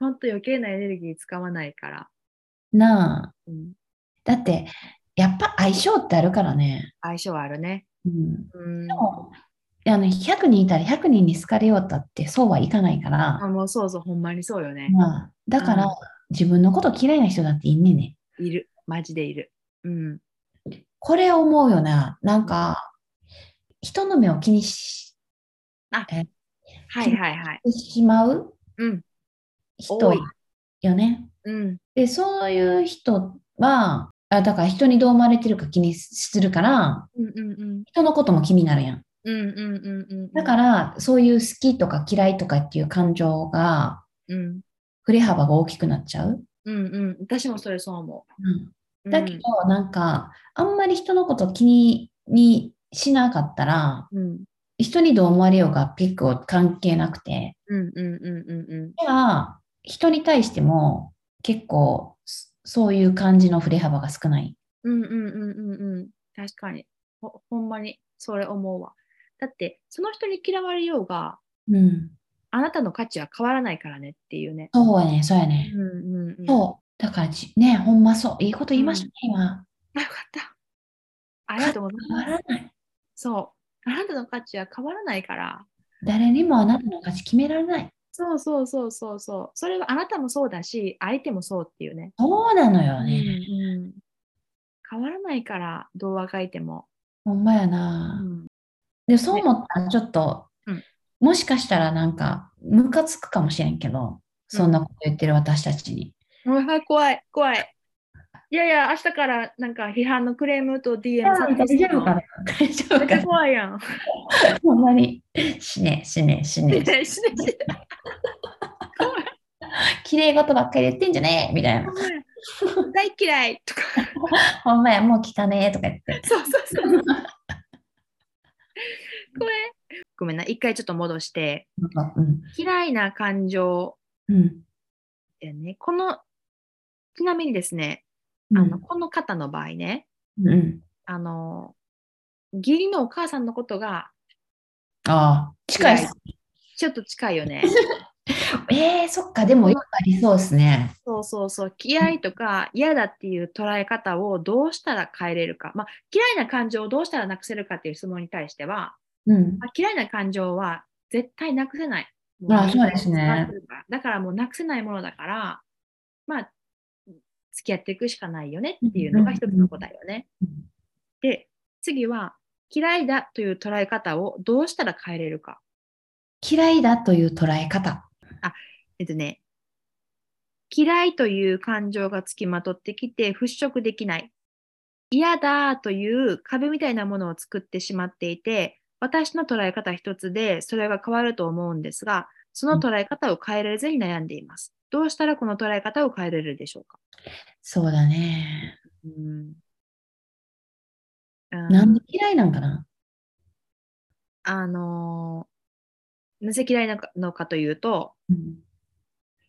[SPEAKER 4] ほんと余計なエネルギー使わないから。
[SPEAKER 3] なあ。
[SPEAKER 4] うん、
[SPEAKER 3] だって、やっぱ相性ってあるからね。
[SPEAKER 4] 相性はあるね。
[SPEAKER 3] うん。
[SPEAKER 4] うん
[SPEAKER 3] で、も、あの、100人いたら100人に好かれようったってそうはいかないから。
[SPEAKER 4] あもうそうそう、ほんまにそうよね。
[SPEAKER 3] まあ、だから、
[SPEAKER 4] うん
[SPEAKER 3] 自分のこと嫌いな人だっていんねんね。
[SPEAKER 4] いる。マジでいる。うん。
[SPEAKER 3] これ思うよな。なんか、人の目を気にし
[SPEAKER 4] はいはいはい。
[SPEAKER 3] てしまう
[SPEAKER 4] うん。
[SPEAKER 3] 人
[SPEAKER 4] 多い
[SPEAKER 3] よね。
[SPEAKER 4] うん。
[SPEAKER 3] で、そういう人は、あだから人にどう思われてるか気にするから、
[SPEAKER 4] うんうんうん。
[SPEAKER 3] 人のことも気になるやん。
[SPEAKER 4] うんうんうんうん。、
[SPEAKER 3] だからら、そういう好きとか嫌いとかっていう感情が、
[SPEAKER 4] うん。
[SPEAKER 3] 振れ幅が大きくなっちゃう。
[SPEAKER 4] うんうん。私もそれそう思
[SPEAKER 3] うん、
[SPEAKER 4] う。
[SPEAKER 3] だけど、なんか、あんまり人のこと気ににしなかったら、
[SPEAKER 4] うん、うん。
[SPEAKER 3] 人にどう思われようがピックを関係なくて、
[SPEAKER 4] うんうんうんうんうん。
[SPEAKER 3] じゃあ、人に対しても結構そそういう感じの振れ幅が少ない。
[SPEAKER 4] うんうんうんうんうん。確かに。ほほんまに、それ思うわ。だって、その人に嫌われようが、
[SPEAKER 3] うん。
[SPEAKER 4] あなたの価値は変わらないからねっていうね。
[SPEAKER 3] そうやね、そうや
[SPEAKER 4] う
[SPEAKER 3] ね。
[SPEAKER 4] んうんうん。
[SPEAKER 3] そう。だからじ、ね、ほんまそう。いいこと言いましたね、今。
[SPEAKER 4] あ、よかった。ありがとうござい
[SPEAKER 3] 変わ
[SPEAKER 4] ます。
[SPEAKER 3] らない。
[SPEAKER 4] そう。あなたの価値は変わらないから。
[SPEAKER 3] 誰にもあなたの価値決められない。
[SPEAKER 4] そうそうそうそうそう。それはあなたもそうだし、相手もそうっていうね。
[SPEAKER 3] そうなのよ
[SPEAKER 4] うん
[SPEAKER 3] ね。
[SPEAKER 4] うん変わらないから、どう若いても。
[SPEAKER 3] ほんまや
[SPEAKER 4] う
[SPEAKER 3] な。
[SPEAKER 4] ん
[SPEAKER 3] で、そう思ったら、ちょっと、
[SPEAKER 4] うん
[SPEAKER 3] もしかしたらなんか、ムカつくかもしれんけど、そんなこと言ってる私たちに。
[SPEAKER 4] うわ怖い、怖い。 いやいや、明日からなんか批判のクレームと DM さ
[SPEAKER 3] 大丈夫かな大丈夫
[SPEAKER 4] め
[SPEAKER 3] か
[SPEAKER 4] っち
[SPEAKER 3] な
[SPEAKER 4] ゃ怖いやん。
[SPEAKER 3] ほんまに。死ね、死ね、死ね。
[SPEAKER 4] 死ね死ね
[SPEAKER 3] 綺麗事ばっかり言ってんじゃねえみたいな。
[SPEAKER 4] 大嫌いと か。
[SPEAKER 3] ほんまや、もう聞かねえとか言って。
[SPEAKER 4] そうそう そう。怖い。ごめんな、一回ちょっと戻して、
[SPEAKER 3] なんかうん。
[SPEAKER 4] 嫌いな感情
[SPEAKER 3] うん。
[SPEAKER 4] やね。この、ちなみにですね、
[SPEAKER 3] うん
[SPEAKER 4] あの、この方の場合ね、
[SPEAKER 3] うん。
[SPEAKER 4] あの、義理のお母さんのことが
[SPEAKER 3] ああ、近いっす。
[SPEAKER 4] ちょっと近いよね。
[SPEAKER 3] えー、そっか、でもよくありそうですね。
[SPEAKER 4] そうそうそう、嫌いとか嫌だっていう捉え方をどうしたら変えれるか、まあ、嫌いな感情をどうしたらなくせるかっていう質問に対しては、
[SPEAKER 3] うん。
[SPEAKER 4] まあ、嫌いな感情は絶対なくせない。
[SPEAKER 3] あそうですね
[SPEAKER 4] もう伝わってるからだからもうなくせないものだから、まあ、付き合っていくしかないよねっていうのが一つの答えよね。で、次は、嫌いだという捉え方をどうしたら変えれるか。
[SPEAKER 3] 嫌いだという捉え方。
[SPEAKER 4] えっとね、嫌いという感情がつきまとってきて払拭できない。嫌だという壁みたいなものを作ってしまっていて、私の捉え方一つでそれが変わると思うんですが、その捉え方を変えられずに悩んでいます。どうしたらこの捉え方を変えられるでしょうか、
[SPEAKER 3] そうだね。
[SPEAKER 4] うん
[SPEAKER 3] なんで嫌いなんかな
[SPEAKER 4] あのーなぜ嫌いなのかというと、
[SPEAKER 3] うん。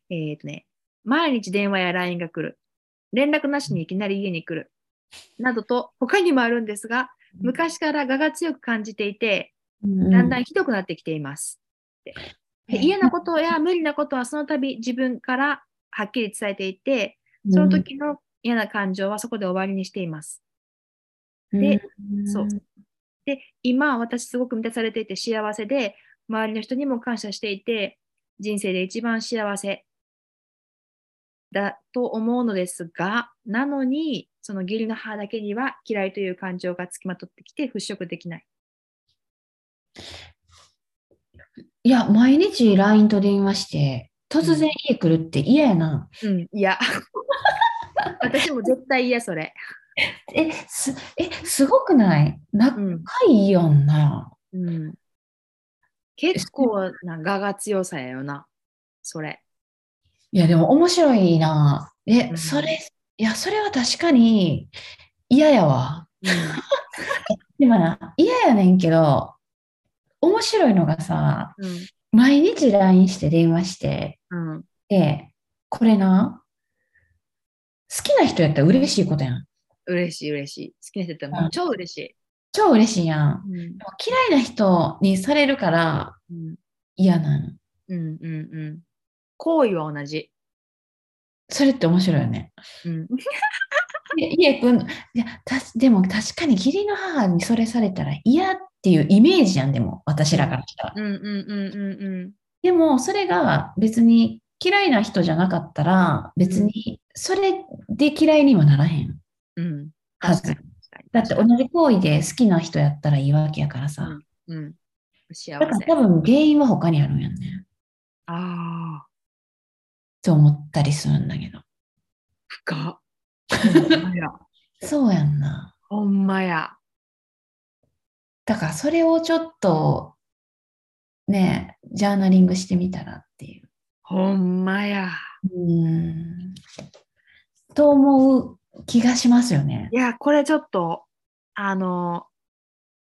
[SPEAKER 4] えっ、とね、毎日電話や LINE が来る。連絡なしにいきなり家に来る。などと、他にもあるんですが、昔から我が強く感じていて、だんだんひどくなってきています。で嫌なことや 無理なことはその度自分からはっきり伝えていて、その時の嫌な感情はそこで終わりにしています。で、
[SPEAKER 3] うん
[SPEAKER 4] そう。で、今私すごく満たされていて幸せで、周りの人にも感謝していて、人生で一番幸せだと思うのですが、なのに、その義理の母だけには嫌いという感情がつきまとってきて払拭できない。
[SPEAKER 3] いや、毎日 LINE と電話して、突然家来るって嫌やな。
[SPEAKER 4] うん、い や。私も絶対嫌、それ。
[SPEAKER 3] え、す、え、すごくない仲
[SPEAKER 4] うん。
[SPEAKER 3] いいよんな。
[SPEAKER 4] うん、結構な我が強さやよな、それ。
[SPEAKER 3] いや、でも面白いな。え、
[SPEAKER 4] うん
[SPEAKER 3] それ、いや、それは確かに嫌やわ。でもな、嫌やねんけど、面白いのがさ、
[SPEAKER 4] うん。
[SPEAKER 3] 毎日 LINE して電話して、
[SPEAKER 4] うん。うん。
[SPEAKER 3] で、これな、好きな人やったら嬉しいことやん。
[SPEAKER 4] 嬉しい嬉しい。好きな人だったらもう超嬉しい。
[SPEAKER 3] 超嬉しいやん。
[SPEAKER 4] うん
[SPEAKER 3] でも嫌いな人にされるから
[SPEAKER 4] うん
[SPEAKER 3] 嫌なん。
[SPEAKER 4] うんうんうん。行為は同じ。
[SPEAKER 3] それって面白いよね。
[SPEAKER 4] うん、
[SPEAKER 3] で家くん、いや、たしでも確かに義理の母にそれされたら嫌っていうイメージやん、でも私らからしたら。
[SPEAKER 4] うんうんうんうん
[SPEAKER 3] でもそれが別に嫌いな人じゃなかったら別にそれで嫌いにはならへん
[SPEAKER 4] うん。うん。
[SPEAKER 3] は
[SPEAKER 4] 確
[SPEAKER 3] ず
[SPEAKER 4] かに。。
[SPEAKER 3] だって同じ行為で好きな人やったらいいわけやからさ。
[SPEAKER 4] うん。幸
[SPEAKER 3] だから
[SPEAKER 4] せ。
[SPEAKER 3] 多
[SPEAKER 4] あ
[SPEAKER 3] 分原因は他にあるんやんね。
[SPEAKER 4] あー、
[SPEAKER 3] って思ったりするんだけど。
[SPEAKER 4] 深っ。ほんまや。
[SPEAKER 3] そうやんな。
[SPEAKER 4] ほんまや。
[SPEAKER 3] だからそれをちょっとねジャーナリングしてみたらっていう。
[SPEAKER 4] ほんまや。
[SPEAKER 3] うんと思う気がしますよね
[SPEAKER 4] い。や、これちょっと、あの、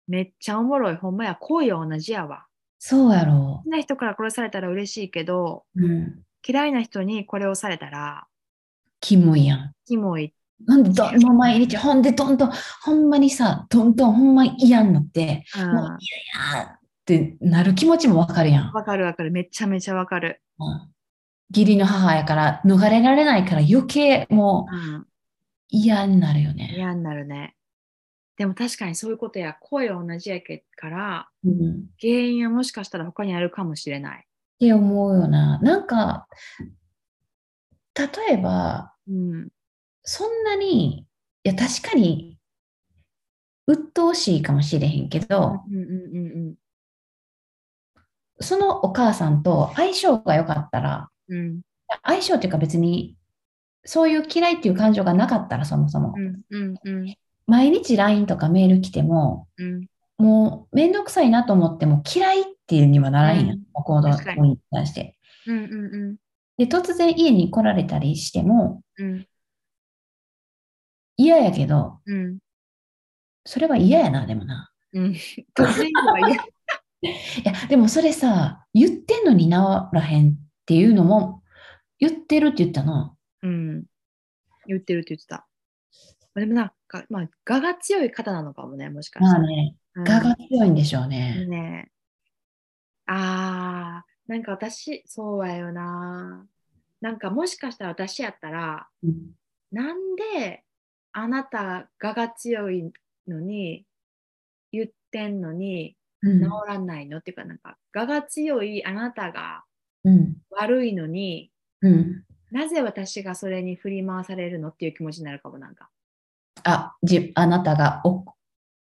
[SPEAKER 4] めっちゃおもろい。ほんまや。行為は同じやわ。
[SPEAKER 3] そうやろ
[SPEAKER 4] 好きな人から殺されたら嬉しいけど、
[SPEAKER 3] う。うん。
[SPEAKER 4] 嫌いな人にこれをされたら、
[SPEAKER 3] キモいやん。
[SPEAKER 4] キモい。
[SPEAKER 3] なんでどんま毎日ほんでどんどんほんまにさどんどんほんま嫌になって
[SPEAKER 4] うん
[SPEAKER 3] もうあーってなる気持ちもわかるやん。
[SPEAKER 4] わかるわかる。めちゃめちゃわかる。
[SPEAKER 3] うん義理の母やから逃れられないから余計もう
[SPEAKER 4] うん。
[SPEAKER 3] 嫌になるよね。
[SPEAKER 4] 嫌になるね。でも確かにそういうことや、声は同じやけから、
[SPEAKER 3] うん
[SPEAKER 4] 原因はもしかしたら他にあるかもしれない。
[SPEAKER 3] って思うよな。なんか、例えば、
[SPEAKER 4] うん。
[SPEAKER 3] そんなに、いや、確かに、鬱陶しいかもしれへんけど、
[SPEAKER 4] うんうんうん
[SPEAKER 3] そのお母さんと相性が良かったら、
[SPEAKER 4] うん。うん
[SPEAKER 3] 相性っていうか別に、そういう嫌いっていう感情がなかったら、そもそも
[SPEAKER 4] う。んうんうん
[SPEAKER 3] 毎日 LINE とかメール来ても、
[SPEAKER 4] うん。
[SPEAKER 3] もうめんどくさいなと思っても嫌いっていうにはならへんや
[SPEAKER 4] うん
[SPEAKER 3] ん。行動
[SPEAKER 4] 確かに
[SPEAKER 3] に対して。
[SPEAKER 4] うんうんうん
[SPEAKER 3] で、突然家に来られたりしても、
[SPEAKER 4] うん
[SPEAKER 3] 嫌やけど、
[SPEAKER 4] うん
[SPEAKER 3] それは嫌やな、でもな。
[SPEAKER 4] うん。突然は嫌
[SPEAKER 3] いや、でもそれさ、言ってんのにならへんっていうのも、言ってるって言ったな。
[SPEAKER 4] うん。言ってるって言ってた。まあでもなんか、まあ、我が強い方なのかもね、もしかし
[SPEAKER 3] ま
[SPEAKER 4] た
[SPEAKER 3] あ
[SPEAKER 4] ら。
[SPEAKER 3] ね、
[SPEAKER 4] うん
[SPEAKER 3] 我が強いんでしょうね。
[SPEAKER 4] ねあー、なんか私、そうやよな。なんかもしかしたら私やったら、
[SPEAKER 3] うん
[SPEAKER 4] なんであなた我が強いのに言ってんのに
[SPEAKER 3] うん
[SPEAKER 4] 治らないの、っていうかなんか我が強いあなたが
[SPEAKER 3] うん
[SPEAKER 4] 悪いのに
[SPEAKER 3] うん
[SPEAKER 4] なぜ私がそれに振り回されるのっていう気持ちになるかもなんか
[SPEAKER 3] あ、じあなたがお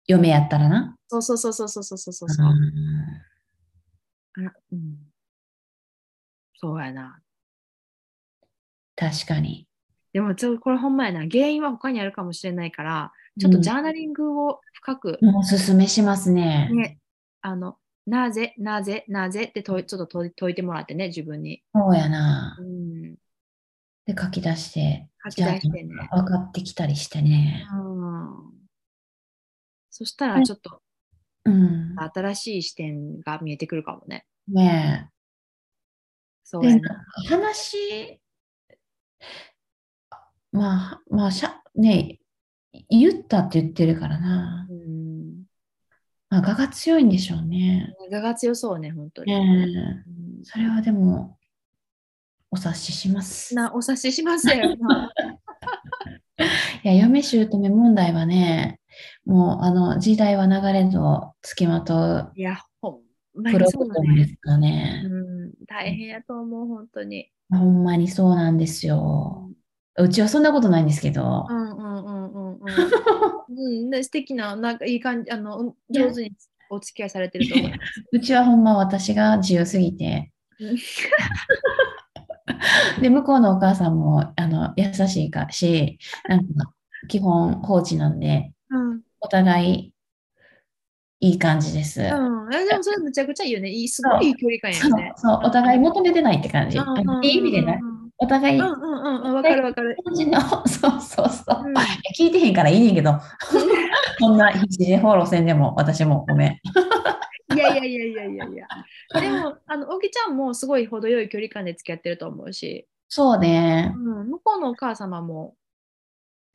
[SPEAKER 3] 嫁やったらな。
[SPEAKER 4] そうそうそうそうそうそうそうそう
[SPEAKER 3] う
[SPEAKER 4] あ
[SPEAKER 3] ん
[SPEAKER 4] なうんそうやな
[SPEAKER 3] 確かに。
[SPEAKER 4] でもちょこれほんまやな原因は他にあるかもしれないからちょっとジャーナリングを深く、
[SPEAKER 3] うんおすすめしますね。
[SPEAKER 4] ね、あの、なぜ、なぜ、なぜって問いちょっと問い解いてもらってね、自分に。
[SPEAKER 3] そうやな
[SPEAKER 4] う。ん。
[SPEAKER 3] で、書き出して、
[SPEAKER 4] 書き出してね。
[SPEAKER 3] 分かってきたりしてね。
[SPEAKER 4] うん。そしたら、ちょっと
[SPEAKER 3] うん。
[SPEAKER 4] 新しい視点が見えてくるかもね。
[SPEAKER 3] ね
[SPEAKER 4] そうや
[SPEAKER 3] で
[SPEAKER 4] な。
[SPEAKER 3] え話、まあ、まあ、しゃねえ、言ったって言ってるからな
[SPEAKER 4] う。ん。
[SPEAKER 3] まあ、我が強いんでしょうね。
[SPEAKER 4] 我が強そうね、本当に。
[SPEAKER 3] ねえ
[SPEAKER 4] うん
[SPEAKER 3] それはでも、お察しします。い
[SPEAKER 4] なお察ししませ ん。
[SPEAKER 3] や、嫁姑問題はね、もう、あの、時代は流れと付きまと
[SPEAKER 4] いや、ほん
[SPEAKER 3] う
[SPEAKER 4] ま
[SPEAKER 3] プ
[SPEAKER 4] に
[SPEAKER 3] ロ
[SPEAKER 4] そ
[SPEAKER 3] グ
[SPEAKER 4] うだ
[SPEAKER 3] ラムで
[SPEAKER 4] ね。
[SPEAKER 3] すからね。
[SPEAKER 4] うん。大変やと思う、本当に。
[SPEAKER 3] ほんまにそうなんですよ。うちはそんなことないんですけど
[SPEAKER 4] う、んうんうんうんうん。うんね、素敵な、なんかいい感じ、あの、うん上手にお付き合いされてると思います。
[SPEAKER 3] うちはほんま私が自由すぎて、で向こうのお母さんもあの優しいかしなんか基本放置なんで
[SPEAKER 4] うん、
[SPEAKER 3] お互いいい感じです。
[SPEAKER 4] うん、えでもそれむちゃくちゃいいよね。いい、すごいいい距離感
[SPEAKER 3] そう
[SPEAKER 4] やね。
[SPEAKER 3] そうお互い求めてないって感じ。
[SPEAKER 4] うん
[SPEAKER 3] あのいい意味でな
[SPEAKER 4] う
[SPEAKER 3] い。
[SPEAKER 4] ん
[SPEAKER 3] お互い
[SPEAKER 4] うんうんうん、わかるわかる。
[SPEAKER 3] 感じの そうそうそう。
[SPEAKER 4] うん
[SPEAKER 3] いや聞いてへんからいいねんけど そんな必死でフォローせんでも私もごめん。
[SPEAKER 4] いやいやいやいやいやいや。でも、あの、おきちゃんもすごい程よい距離感で付き合ってると思うし、
[SPEAKER 3] そうね
[SPEAKER 4] う。ん、向こうのお母様も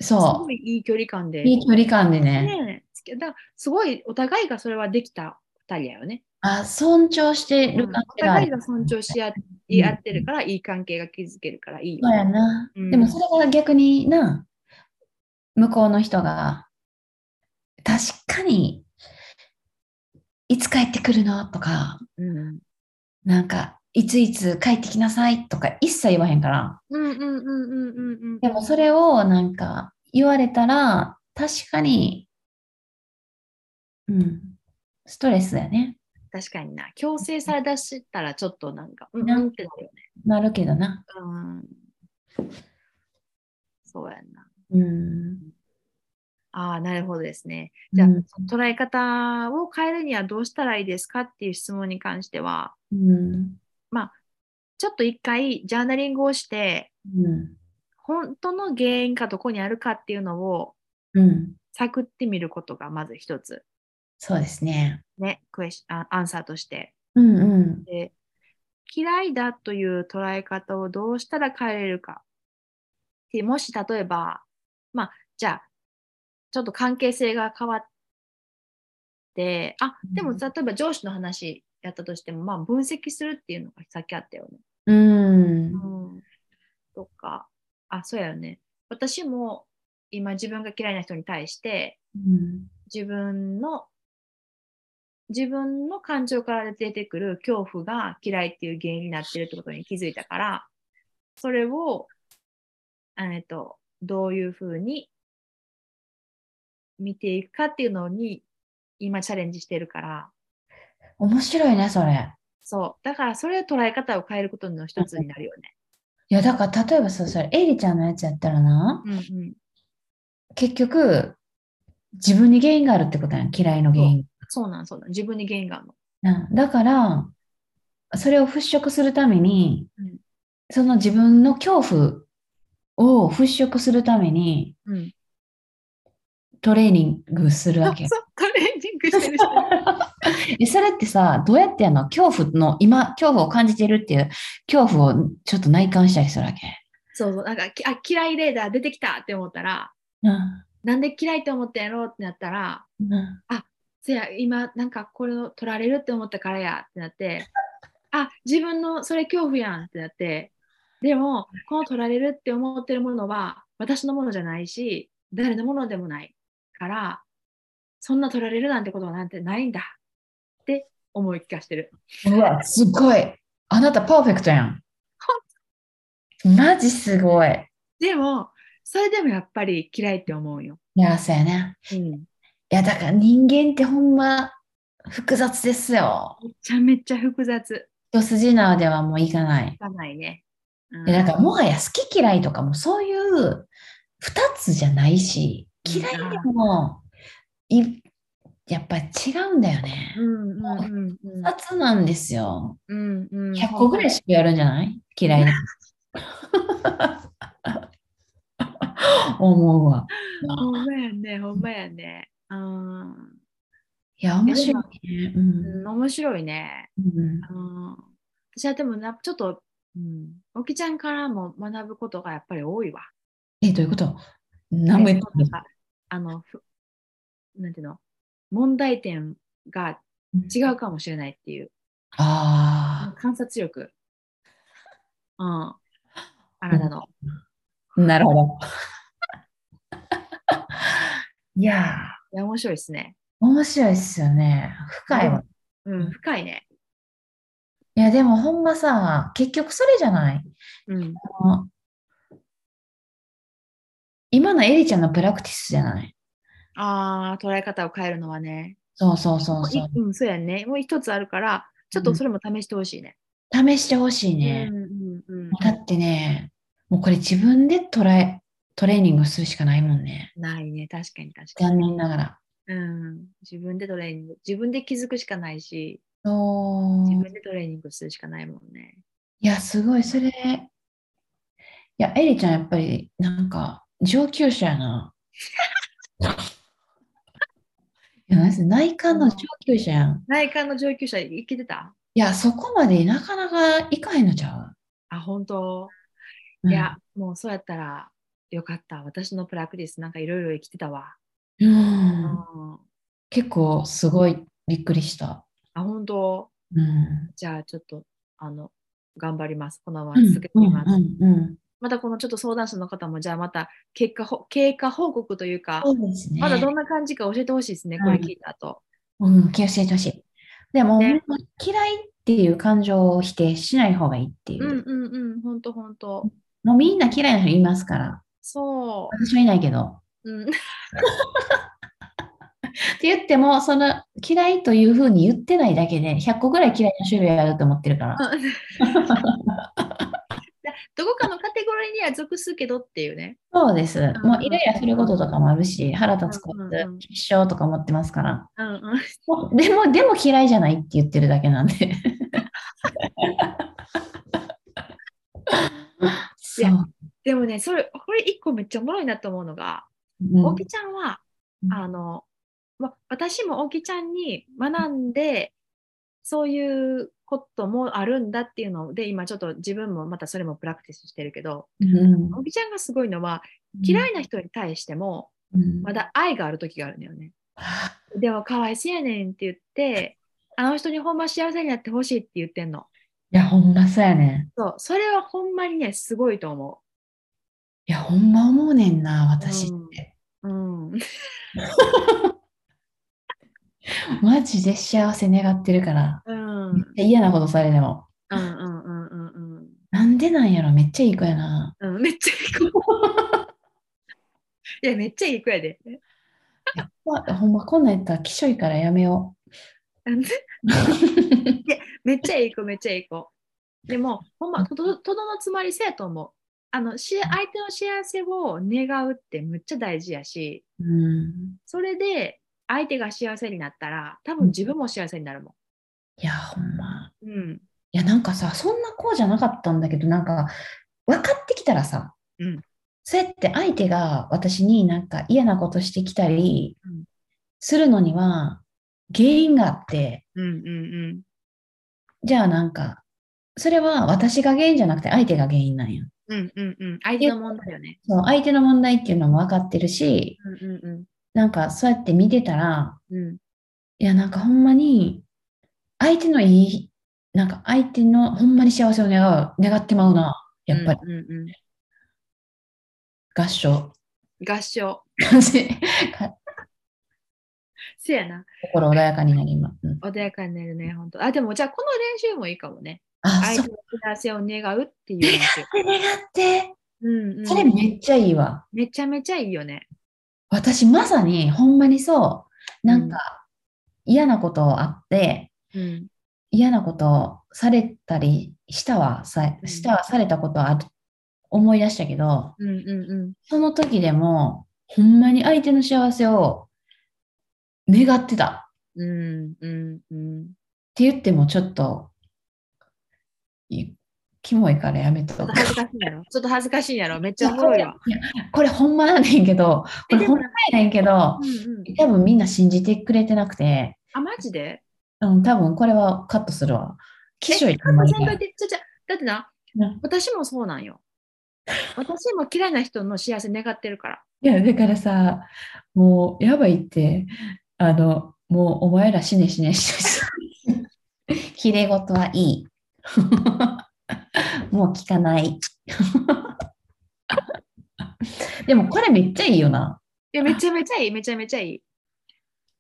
[SPEAKER 4] す
[SPEAKER 3] そ
[SPEAKER 4] ごいいい距離感で。
[SPEAKER 3] う。いい距離感でね。
[SPEAKER 4] ねえだすごいお互いがそれはできた2人だよね。
[SPEAKER 3] あ、尊重してる感
[SPEAKER 4] お
[SPEAKER 3] じがあ
[SPEAKER 4] 互い
[SPEAKER 3] る。
[SPEAKER 4] が尊重し合い合ってるから、いい関係が築けるからいいよ
[SPEAKER 3] そうやな。
[SPEAKER 4] うん
[SPEAKER 3] でもそれが逆にな、向こうの人が、確かに、いつ帰ってくるのとか、
[SPEAKER 4] うん
[SPEAKER 3] なんか、いついつ帰ってきなさいとか一切言わへんから。
[SPEAKER 4] うんうんうんうんうんうん。
[SPEAKER 3] でもそれをなんか言われたら、確かに、うん、ストレスだよね。
[SPEAKER 4] 確かにな。強制されだしたらちょっとなんか、うん、
[SPEAKER 3] な
[SPEAKER 4] うんってなるよね。
[SPEAKER 3] なるけどな。
[SPEAKER 4] うん。そうやんな。
[SPEAKER 3] うん。
[SPEAKER 4] ああ、なるほどですね。じゃあ、
[SPEAKER 3] うん
[SPEAKER 4] その捉え方を変えるにはどうしたらいいですかっていう質問に関しては、
[SPEAKER 3] うん。
[SPEAKER 4] ちょっと一回ジャーナリングをして、
[SPEAKER 3] うん。
[SPEAKER 4] 本当の原因がどこにあるかっていうのを
[SPEAKER 3] うん。
[SPEAKER 4] 探ってみることがまず一つ、
[SPEAKER 3] そうですね。
[SPEAKER 4] ね、クエスあアンサーとして。
[SPEAKER 3] うんうん。
[SPEAKER 4] で嫌いだという捉え方をどうしたら変えれるか。でもし例えば、まあ、じゃあ、ちょっと関係性が変わって、あ、で
[SPEAKER 3] う
[SPEAKER 4] も
[SPEAKER 3] ん
[SPEAKER 4] 例えば上司の話やったとしても、まあ、分析するっていうのがさっきあったよね。
[SPEAKER 3] うん。
[SPEAKER 4] うん、とか、あ、そうやよね。私も今自分が嫌いな人に対して、
[SPEAKER 3] うん。
[SPEAKER 4] 自分の自分の感情から出てくる恐怖が嫌いっていう原因になってるってことに気づいたからそれを、えっとどういうふうに見ていくかっていうのに今チャレンジしてるから
[SPEAKER 3] 面白いね、それ。
[SPEAKER 4] そうだからそれを捉え方を変えることの一つになるよね。
[SPEAKER 3] いや、だから例えばそう、それ、エイリちゃんのやつやったらな、
[SPEAKER 4] うんうん、
[SPEAKER 3] 結局、自分に原因があるってことやん、嫌いの原因。
[SPEAKER 4] そうなんそうなん自分に原因があるの。
[SPEAKER 3] なだから、それを払拭するために、
[SPEAKER 4] うん
[SPEAKER 3] その自分の恐怖を払拭するために、
[SPEAKER 4] うん、
[SPEAKER 3] トレーニングするわけ。
[SPEAKER 4] そうトレーニングしてる人。
[SPEAKER 3] えそれってさ、どうやってやんの恐怖の、今、恐怖を感じてるっていう、恐怖をちょっと内観したりするわけ。
[SPEAKER 4] そうそうなんかきあ嫌いレーダー出てきたって思ったら
[SPEAKER 3] うん
[SPEAKER 4] なんで嫌いと思ったんやろうってなったら
[SPEAKER 3] うん
[SPEAKER 4] せや今なんかこれを取られるって思ったからやってなって あ自分のそれ恐怖やんってなってでもこの取られるって思ってるものは私のものじゃないし誰のものでもないからそんな取られるなんてことはなんてないんだって思い聞かしてる
[SPEAKER 3] うわ、すごい。あなたパーフェクトやん。マジすごい。
[SPEAKER 4] でもそれでもやっぱり嫌いって思うよ、
[SPEAKER 3] いや、そうやね。
[SPEAKER 4] うん、
[SPEAKER 3] いや、だから人間ってほんま複雑ですよ。
[SPEAKER 4] めちゃめちゃ複雑
[SPEAKER 3] 一筋縄ではもういかない。
[SPEAKER 4] がないね、うん
[SPEAKER 3] いやだからもはや好き嫌いとかもそういう二つじゃないし、嫌いでもいやっぱ違うんだよね
[SPEAKER 4] う。んうんうんうん
[SPEAKER 3] 二つなんですよ。
[SPEAKER 4] うんうん
[SPEAKER 3] 100個ぐらい種類あるんじゃない嫌いな。思うわ。
[SPEAKER 4] ほんまやね、ほんまやね。うん、
[SPEAKER 3] いや、面白いね。うん
[SPEAKER 4] うん面白いね。
[SPEAKER 3] うん
[SPEAKER 4] うん、私はでもな、ちょっと、うん、おきちゃんからも学ぶことがやっぱり多いわ。
[SPEAKER 3] え、どういうこと何も言ってない
[SPEAKER 4] なんかあの、ふなんていうの、問題点が違うかもしれないっていう、
[SPEAKER 3] あ
[SPEAKER 4] 観察力。うん、あなたの。
[SPEAKER 3] あ、なるほど。いやー、
[SPEAKER 4] いや、面白いですね。
[SPEAKER 3] 面白いっすよね。深いわ。
[SPEAKER 4] うん、深いね。
[SPEAKER 3] いや、でもほんまさ、結局それじゃない。
[SPEAKER 4] うん、
[SPEAKER 3] あの今のエリちゃんのプラクティスじゃない。
[SPEAKER 4] ああ、捉え方を変えるのはね。
[SPEAKER 3] そうそうそうそう。
[SPEAKER 4] うん、そうやね。もう一つあるから、ちょっとそれも試してほしいね。
[SPEAKER 3] 試してほしいね
[SPEAKER 4] う。んうんうん
[SPEAKER 3] だってね、もうこれ自分でトライトレーニングするしかないもんね。
[SPEAKER 4] ないね、確かに確か
[SPEAKER 3] 残
[SPEAKER 4] に。
[SPEAKER 3] 念ながら。
[SPEAKER 4] うん、自分でトレーニング、自分で気づくしかないし、
[SPEAKER 3] そう
[SPEAKER 4] 自分でトレーニングするしかないもんね。
[SPEAKER 3] いや、すごい、それ。いや、エリちゃん、やっぱり、なんか、上級者や な。いや、なんせ内観の上級者やん。
[SPEAKER 4] 内観の上級者、生きてた
[SPEAKER 3] いや、そこまでなかなかいかへんのちゃう
[SPEAKER 4] あ、本当
[SPEAKER 3] うん
[SPEAKER 4] いや、もうそうやったら、よかった私のプラクティスなんかいろいろ生きてたわ、
[SPEAKER 3] うん、
[SPEAKER 4] うん
[SPEAKER 3] 結構すごいびっくりした。
[SPEAKER 4] あ本当
[SPEAKER 3] うん、
[SPEAKER 4] じゃあちょっとあの頑張りますこのまま続けてみます、
[SPEAKER 3] うんうんうん
[SPEAKER 4] またこのちょっと相談者の方もじゃあまた結果ほ経過報告というか
[SPEAKER 3] そうですね。
[SPEAKER 4] まだどんな感じか教えてほしいですね、これ聞いた後。
[SPEAKER 3] うん、気を教えてほしい。でも、
[SPEAKER 4] ね
[SPEAKER 3] 嫌いっていう感情を否定しない方がいいっていうう。
[SPEAKER 4] んうんうん、ほんとほんと。
[SPEAKER 3] もうみんな嫌いな人いますから。
[SPEAKER 4] そ
[SPEAKER 3] 私はいないけど。
[SPEAKER 4] う。う
[SPEAKER 3] っ
[SPEAKER 4] ん、
[SPEAKER 3] て言っても、その嫌いというふうに言ってないだけで、100個ぐらい嫌いな種類あると思ってるから。
[SPEAKER 4] どこかのカテゴリーには属すけどっていうね。
[SPEAKER 3] そうです。
[SPEAKER 4] ん
[SPEAKER 3] もうイライラすることとかもあるし、腹立つこ
[SPEAKER 4] うん
[SPEAKER 3] と
[SPEAKER 4] うんうん、
[SPEAKER 3] 一生とか思ってますから。
[SPEAKER 4] うんうん。
[SPEAKER 3] もうでも、でも嫌いじゃないって言ってるだけなんで。
[SPEAKER 4] い
[SPEAKER 3] そ
[SPEAKER 4] や
[SPEAKER 3] う。
[SPEAKER 4] でもね、それ、これ一個めっちゃおもろいなと思うのが、
[SPEAKER 3] うん
[SPEAKER 4] おきちゃんは
[SPEAKER 3] う、ん
[SPEAKER 4] あの、ま、私もおきちゃんに学んで、そういうこともあるんだっていうので、今ちょっと自分もまたそれもプラクティスしてるけど、
[SPEAKER 3] うん
[SPEAKER 4] おきちゃんがすごいのは、嫌いな人に対しても、
[SPEAKER 3] うん
[SPEAKER 4] まだ愛がある時があるんだよね。でもかわいそうやねんって言って、あの人にほんま幸せになってほしいって言ってんの。
[SPEAKER 3] いや、ほんまそうやね
[SPEAKER 4] そう、それはほんまにね、すごいと思
[SPEAKER 3] ん。いや、ほんま思うねんな、私って。
[SPEAKER 4] う。うん。
[SPEAKER 3] マジで幸せ願ってるから。
[SPEAKER 4] うん。うん
[SPEAKER 3] めっちゃ嫌なことされても。
[SPEAKER 4] うんうんうん
[SPEAKER 3] なんでなんやろ、めっちゃいい子やな。
[SPEAKER 4] うん。うん、めっちゃいい子。 いや、めっちゃいい子やで。
[SPEAKER 3] まあほんま、こんなんやったら、きしょいからやめよ
[SPEAKER 4] うん
[SPEAKER 3] う。
[SPEAKER 4] めっちゃいい子、めっちゃいい子。でも、ほんま、とどとどのつまりせやと思う。あの、し相手の幸せを願うってむっちゃ大事やし、
[SPEAKER 3] うん、
[SPEAKER 4] それで相手が幸せになったら、多分自分も幸せになるも
[SPEAKER 3] いや、ほんま。
[SPEAKER 4] ん。うん。
[SPEAKER 3] いや、なんかさ、そんな子じゃなかったんだけど、なんか、分かってきたらさ、
[SPEAKER 4] うん
[SPEAKER 3] そうやって相手が私になんか嫌なことしてきたり
[SPEAKER 4] うん
[SPEAKER 3] するのには、原因があって、
[SPEAKER 4] うんうん
[SPEAKER 3] じゃあなんか、それは私が原因じゃなくて相手が原因なんや。
[SPEAKER 4] うん。うんうんうん。相手の問題よね。
[SPEAKER 3] その相手の問題っていうのも分かってるし、
[SPEAKER 4] うんう
[SPEAKER 3] なんかそうやって見てたら、
[SPEAKER 4] んうん。うん
[SPEAKER 3] いやなんかほんまに、相手のいい、なんか相手のほんまに幸せを願う、願ってまうな。やっぱり
[SPEAKER 4] うんうんう
[SPEAKER 3] 合唱。
[SPEAKER 4] ん、合唱。
[SPEAKER 3] 感じ
[SPEAKER 4] せやな。
[SPEAKER 3] 心穏やかになります。うん
[SPEAKER 4] 穏やかになるね、本当。あ、でもじゃあこの練習もいいかもね。
[SPEAKER 3] あ、そ
[SPEAKER 4] 相手
[SPEAKER 3] こ
[SPEAKER 4] の幸せを願うっていう練習。
[SPEAKER 3] で願って。
[SPEAKER 4] うんうん、
[SPEAKER 3] それめっちゃいいわ。
[SPEAKER 4] めちゃめちゃいいよね。
[SPEAKER 3] 私まさにほんまにそう。なんか嫌なことあって、
[SPEAKER 4] うん。
[SPEAKER 3] 嫌なことされたりしたわ、さ
[SPEAKER 4] うん
[SPEAKER 3] したわされたことある思い出したけど、
[SPEAKER 4] うんうんうん。
[SPEAKER 3] その時でも、ほんまに相手の幸せを願ってたっ
[SPEAKER 4] うんうんうん。
[SPEAKER 3] て言ってもちょっと、いキモいからやめ
[SPEAKER 4] ちょ
[SPEAKER 3] と
[SPEAKER 4] っ
[SPEAKER 3] く。
[SPEAKER 4] と恥ずかしいんやろ。ちょっと恥ずかしいんやろ。めっちゃおもろいわ。
[SPEAKER 3] これほんまなんねんけど、こ
[SPEAKER 4] え
[SPEAKER 3] れ
[SPEAKER 4] で
[SPEAKER 3] ほ
[SPEAKER 4] も
[SPEAKER 3] んまやねんけど、
[SPEAKER 4] うんうん、
[SPEAKER 3] 多分みんな信じてくれてなくて、
[SPEAKER 4] あ、マジで
[SPEAKER 3] うん、多分これはカットするわ。きしょいと思い
[SPEAKER 4] 先
[SPEAKER 3] なが
[SPEAKER 4] 輩
[SPEAKER 3] ら
[SPEAKER 4] って、ちゃちゃ、だってな
[SPEAKER 3] な、
[SPEAKER 4] 私もそうなんよ。私も嫌いな人の幸せ願ってるから。
[SPEAKER 3] いや、だからさ、もうやばいって、あの、もうお前ら死ね死ね死 ね。ひれごとはいい。もう聞かない。でもこれめっちゃいいよな。
[SPEAKER 4] いや、めちゃめちゃいい、めちゃめちゃいい。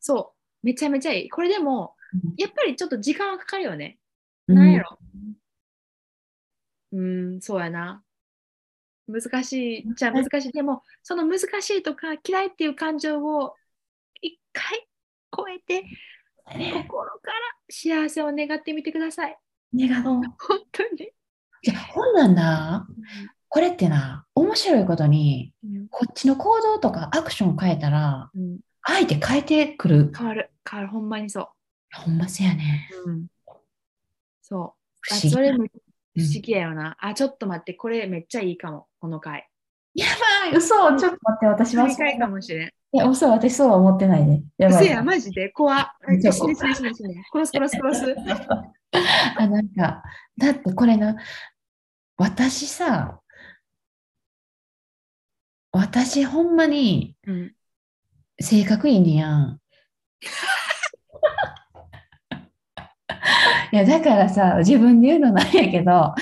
[SPEAKER 4] そう、めちゃめちゃいい。これでも
[SPEAKER 3] うん、
[SPEAKER 4] やっぱりちょっと時間はかかるよね。
[SPEAKER 3] うん
[SPEAKER 4] なんやろ。うーん、そうやな。難しい、じゃあ難しい。でも、その難しいとか嫌いっていう感情を一回超えて、心から幸せを願ってみてください。
[SPEAKER 3] 願おう。
[SPEAKER 4] 本当に。
[SPEAKER 3] いや、ほんなんだ。これってな、面白いことに、
[SPEAKER 4] うん
[SPEAKER 3] こっちの行動とかアクション変えたら、
[SPEAKER 4] うん、
[SPEAKER 3] 相手変えてくる。
[SPEAKER 4] 変わる、変わる、ほんまにそ
[SPEAKER 3] ほんませやね。
[SPEAKER 4] う。うん、そう。
[SPEAKER 3] 不
[SPEAKER 4] あ
[SPEAKER 3] 思議。
[SPEAKER 4] それも
[SPEAKER 3] うん
[SPEAKER 4] 不思議やよな。あ、ちょっと待って、これめっちゃいいかも、この回。
[SPEAKER 3] やばい、嘘、ちょっと待って、私は。
[SPEAKER 4] いい回かもしれん。
[SPEAKER 3] いや、嘘、私そうは思ってないね。やば
[SPEAKER 4] 嘘
[SPEAKER 3] い。
[SPEAKER 4] や、マジで、怖っ。
[SPEAKER 3] めっちゃ
[SPEAKER 4] 死
[SPEAKER 3] 怖
[SPEAKER 4] ね
[SPEAKER 3] い
[SPEAKER 4] 死ね死ね死ね。殺す殺す殺す。
[SPEAKER 3] あ、なんか、だってこれな、私さ、私ほんまに
[SPEAKER 4] うん、
[SPEAKER 3] 性格いいねやん。いやだからさ自分で言うのなんやけどいや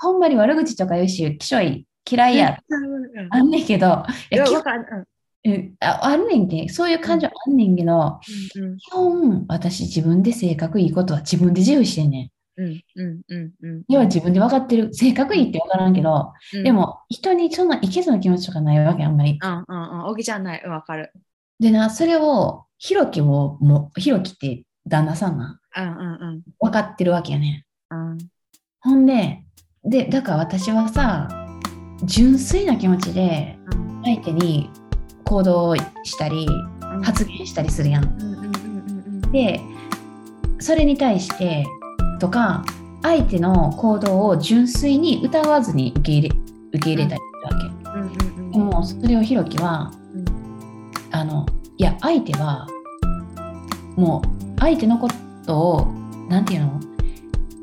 [SPEAKER 3] ほんまに悪口とか言うしきしょい嫌いや、
[SPEAKER 4] うん
[SPEAKER 3] あんねんけどい
[SPEAKER 4] い
[SPEAKER 3] や
[SPEAKER 4] や
[SPEAKER 3] き
[SPEAKER 4] わかんうん
[SPEAKER 3] うんああんねんけそういう感情あんねんけど
[SPEAKER 4] うん
[SPEAKER 3] 基本私自分で性格いいことは自分で自由してんねん。
[SPEAKER 4] うんうんうんうん
[SPEAKER 3] 要は自分で分かってる性格いいって分からんけど、
[SPEAKER 4] うん
[SPEAKER 3] でも人にそんないけずの気持ちとかないわけあんまり。
[SPEAKER 4] うんうんうんおぎちゃんないうんわかる
[SPEAKER 3] でなそれをひろきももひろきって旦那さんな
[SPEAKER 4] うんうん
[SPEAKER 3] 分かってるわけやねん。
[SPEAKER 4] うんうん
[SPEAKER 3] ほんで、で、だから私はさ、純粋な気持ちで
[SPEAKER 4] うん
[SPEAKER 3] 相手に行動したり、
[SPEAKER 4] うん
[SPEAKER 3] 発言したりするやん。
[SPEAKER 4] うんうんうん
[SPEAKER 3] で、それに対してとか、相手の行動を純粋に疑わずに受け入れ受け入れたりするわ
[SPEAKER 4] うんうんうんうん
[SPEAKER 3] け。でも、それをひろきは、
[SPEAKER 4] うん
[SPEAKER 3] あの、いや、相手は、もう、相手のことを、なんていうの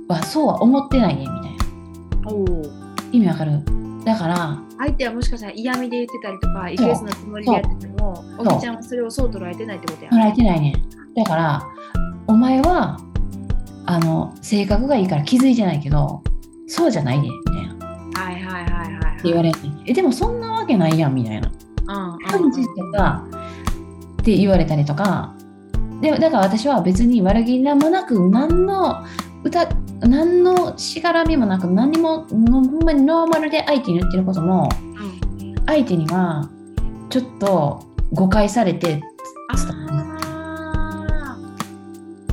[SPEAKER 3] は、そうは思ってないね、みたいな。
[SPEAKER 4] おー
[SPEAKER 3] 意味わかるだから、
[SPEAKER 4] 相手はもしかしたら嫌味で言ってたりとか、イケスのつもりでやってても、お
[SPEAKER 3] う
[SPEAKER 4] ぎちゃんはそれをそう捉えてないってことやん。
[SPEAKER 3] 捉えてないねんだからお前はあの性格がいいから気づいてないけどそうじゃないねみたいなって
[SPEAKER 4] はいはいはいはいはい。
[SPEAKER 3] 言われてえでもそんなわけないやんみたいな
[SPEAKER 4] うんうんう
[SPEAKER 3] 感
[SPEAKER 4] ん
[SPEAKER 3] じとかって言われたりとかでだから私は別に悪気もなく何の歌何のしがらみもなく何ものほんまにノーマルで相手に言ってることも相手にはちょっと誤解されて
[SPEAKER 4] あ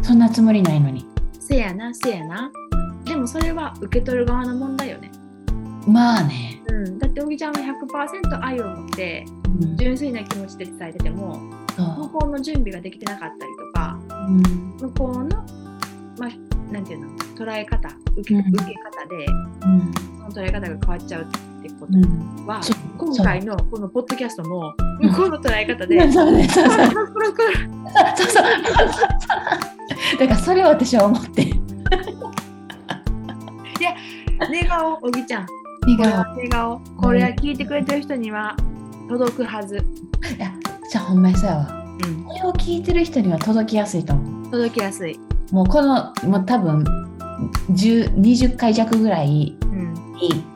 [SPEAKER 3] そんなつもりないのに
[SPEAKER 4] ーせやなせやな。でもそれは受け取る側の問題よね。
[SPEAKER 3] まあね、
[SPEAKER 4] うん、だっておぎちゃんは100%愛を持って
[SPEAKER 3] うん
[SPEAKER 4] 純粋な気持ちで伝えてても
[SPEAKER 3] そう
[SPEAKER 4] 向こうの準備ができてなかったりとか
[SPEAKER 3] うん
[SPEAKER 4] 向こうの、まあ、なんていうの捉え方受け
[SPEAKER 3] うん
[SPEAKER 4] 受け方で
[SPEAKER 3] うん
[SPEAKER 4] その捉え方が変わっちゃうってこ
[SPEAKER 3] うん
[SPEAKER 4] とは、
[SPEAKER 3] そう
[SPEAKER 4] 今回のこのポッドキャストも
[SPEAKER 3] うん
[SPEAKER 4] 向こうの捉え方で、
[SPEAKER 3] そうそうねそうそう
[SPEAKER 4] これこれ
[SPEAKER 3] そうそう だからそれを私は思って
[SPEAKER 4] 寝顔おぎちゃんこ
[SPEAKER 3] 笑
[SPEAKER 4] れ
[SPEAKER 3] 顔
[SPEAKER 4] は寝顔これは聞いてくれてる人には届くはず、う
[SPEAKER 3] いやじゃあほんまにそうやわ
[SPEAKER 4] ん、
[SPEAKER 3] これを聞いてる人には届きやすいと思
[SPEAKER 4] 届きやすい、
[SPEAKER 3] うもうこのもう多分10 20回弱ぐらい
[SPEAKER 4] うん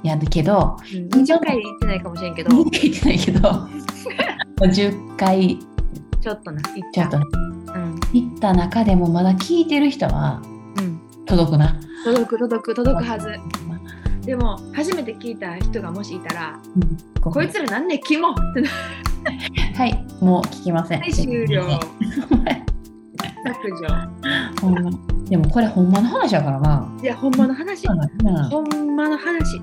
[SPEAKER 3] やるけど
[SPEAKER 4] うん、20回言ってないかもしれんけど
[SPEAKER 3] 20回言ってないけどもう10回
[SPEAKER 4] ちょっとな言っ
[SPEAKER 3] ちょっと
[SPEAKER 4] うん
[SPEAKER 3] 行った中でもまだ聞いてる人は
[SPEAKER 4] うん、
[SPEAKER 3] 届くな
[SPEAKER 4] 届く届く届くはず
[SPEAKER 3] ま
[SPEAKER 4] でも初めて聞いた人がもしいたら
[SPEAKER 3] うん
[SPEAKER 4] こいつらなんねキモってなっ
[SPEAKER 3] はいもう聞きません
[SPEAKER 4] て終了削除
[SPEAKER 3] ほんまでもこれほんまの話やからな。
[SPEAKER 4] いやほんまの話
[SPEAKER 3] うん
[SPEAKER 4] ほんまの話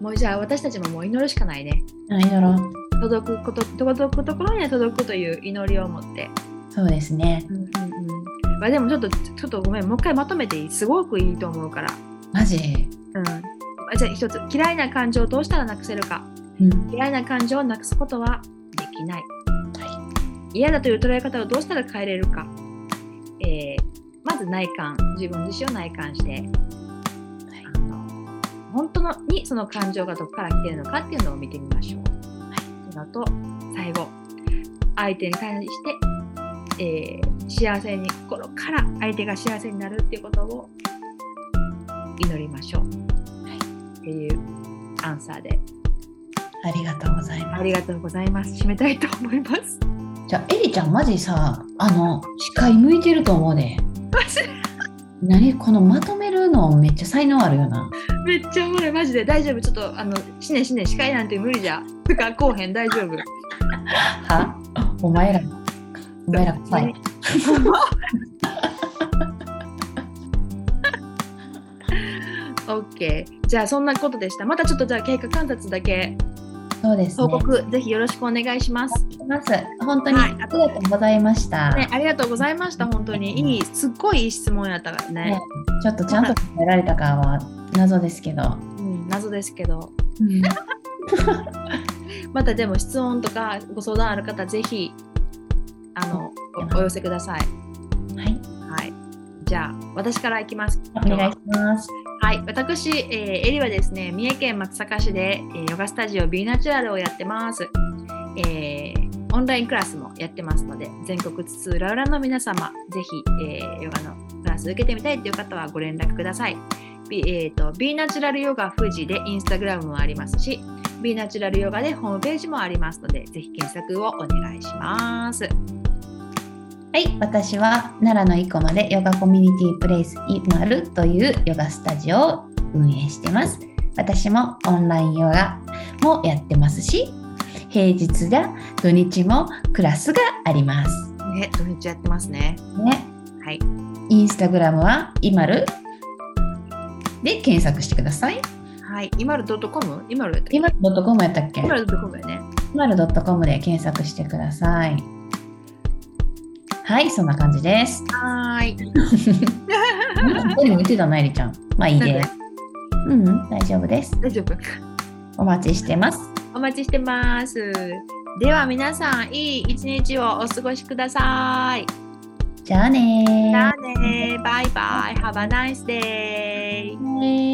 [SPEAKER 4] もうじゃあ私たちももう祈るしかないね
[SPEAKER 3] いろいろ
[SPEAKER 4] 届くこと届くところには届くという祈りを持って、
[SPEAKER 3] そうですね。
[SPEAKER 4] まあ、でもちょっとちょっとごめんもう一回まとめていいすごくいいと思うから、
[SPEAKER 3] マジ。
[SPEAKER 4] うん、あじゃあ一つ嫌いな感情をどうしたらなくせるか
[SPEAKER 3] うん。
[SPEAKER 4] 嫌いな感情をなくすことはできない、嫌だという捉え方をどうしたら変えれるか、えーまず内観自分自身を内観して、あの本当のにその感情がどこから来ているのかっていうのを見てみましょう、そのと最後相手に対して、えー幸せに心から相手が幸せになるっていうことを祈りましょう、っていうアンサーで
[SPEAKER 3] ありがとうございま
[SPEAKER 4] ありがとうございます。締めたいと思います。
[SPEAKER 3] す。じゃあエリちゃんマジさあの視界向いてると思うで。何このまとめるのめっちゃ才能あるよな。
[SPEAKER 4] めっちゃおもろい、マジで大丈夫。ちょっと、あの、死ね死ね、司会なんて無理じゃ。とか、こうへん、大丈夫。
[SPEAKER 3] は？お前らお前ら臭 い。
[SPEAKER 4] オッケー。じゃあ、そんなことでした。またちょっと、じゃあ、経過観察だけ、
[SPEAKER 3] そうですね。
[SPEAKER 4] 報告、ぜひよろしくお願いします。
[SPEAKER 3] します。本当に
[SPEAKER 4] は
[SPEAKER 3] あ
[SPEAKER 4] い
[SPEAKER 3] りがとうございました。
[SPEAKER 4] ね、ありがとうございました。本当に。いい、すっごいいい質問やったからね。
[SPEAKER 3] ねちょっとちゃんと答えられたかは謎ですけど。
[SPEAKER 4] うん、謎ですけど。
[SPEAKER 3] うん
[SPEAKER 4] また、でも、質問とか、ご相談ある方、ぜひ、あの、おお寄せください。
[SPEAKER 3] はい。
[SPEAKER 4] はい。じゃあ、私からいきます。
[SPEAKER 3] お願いします。
[SPEAKER 4] はい、私、えーエリはですね、三重県松阪市で、えーヨガスタジオビーナチュラルをやってます、えーオンラインクラスもやってますので、全国津々浦々の皆様、ぜひ、えーヨガのクラス受けてみたいという方はご連絡ください。ビえー、とビーナチュラルヨガ富士でインスタグラムもありますし、ビーナチュラルヨガでホームページもありますので、ぜひ検索をお願いします。
[SPEAKER 3] はい、私は奈良の生駒でヨガコミュニティプレイスイマルというヨガスタジオを運営してます。私もオンラインヨガもやってますし、平日や土日もクラスがあります。
[SPEAKER 4] ね、土日やってますね。
[SPEAKER 3] ね、
[SPEAKER 4] はい、
[SPEAKER 3] インスタグラムはイマルで検索してください。
[SPEAKER 4] はい、今る .com? 今るやったっけ
[SPEAKER 3] イマル .com やったっけ
[SPEAKER 4] 今る .com やね。
[SPEAKER 3] イマル .com で検索してください。はい、そんな感じです。
[SPEAKER 4] はーい。
[SPEAKER 3] なんかどこにも言ってたな、エリちゃん。まあいい
[SPEAKER 4] なん
[SPEAKER 3] で。
[SPEAKER 4] です
[SPEAKER 3] うん、うん、大丈夫です。
[SPEAKER 4] 大丈夫。
[SPEAKER 3] お待ちしてます。
[SPEAKER 4] お待ちしてます。では皆さん、いい一日をお過ごしください。
[SPEAKER 3] じゃあねー。
[SPEAKER 4] じゃあね、バイバイ、Have a nice
[SPEAKER 3] ね
[SPEAKER 4] day!
[SPEAKER 3] ー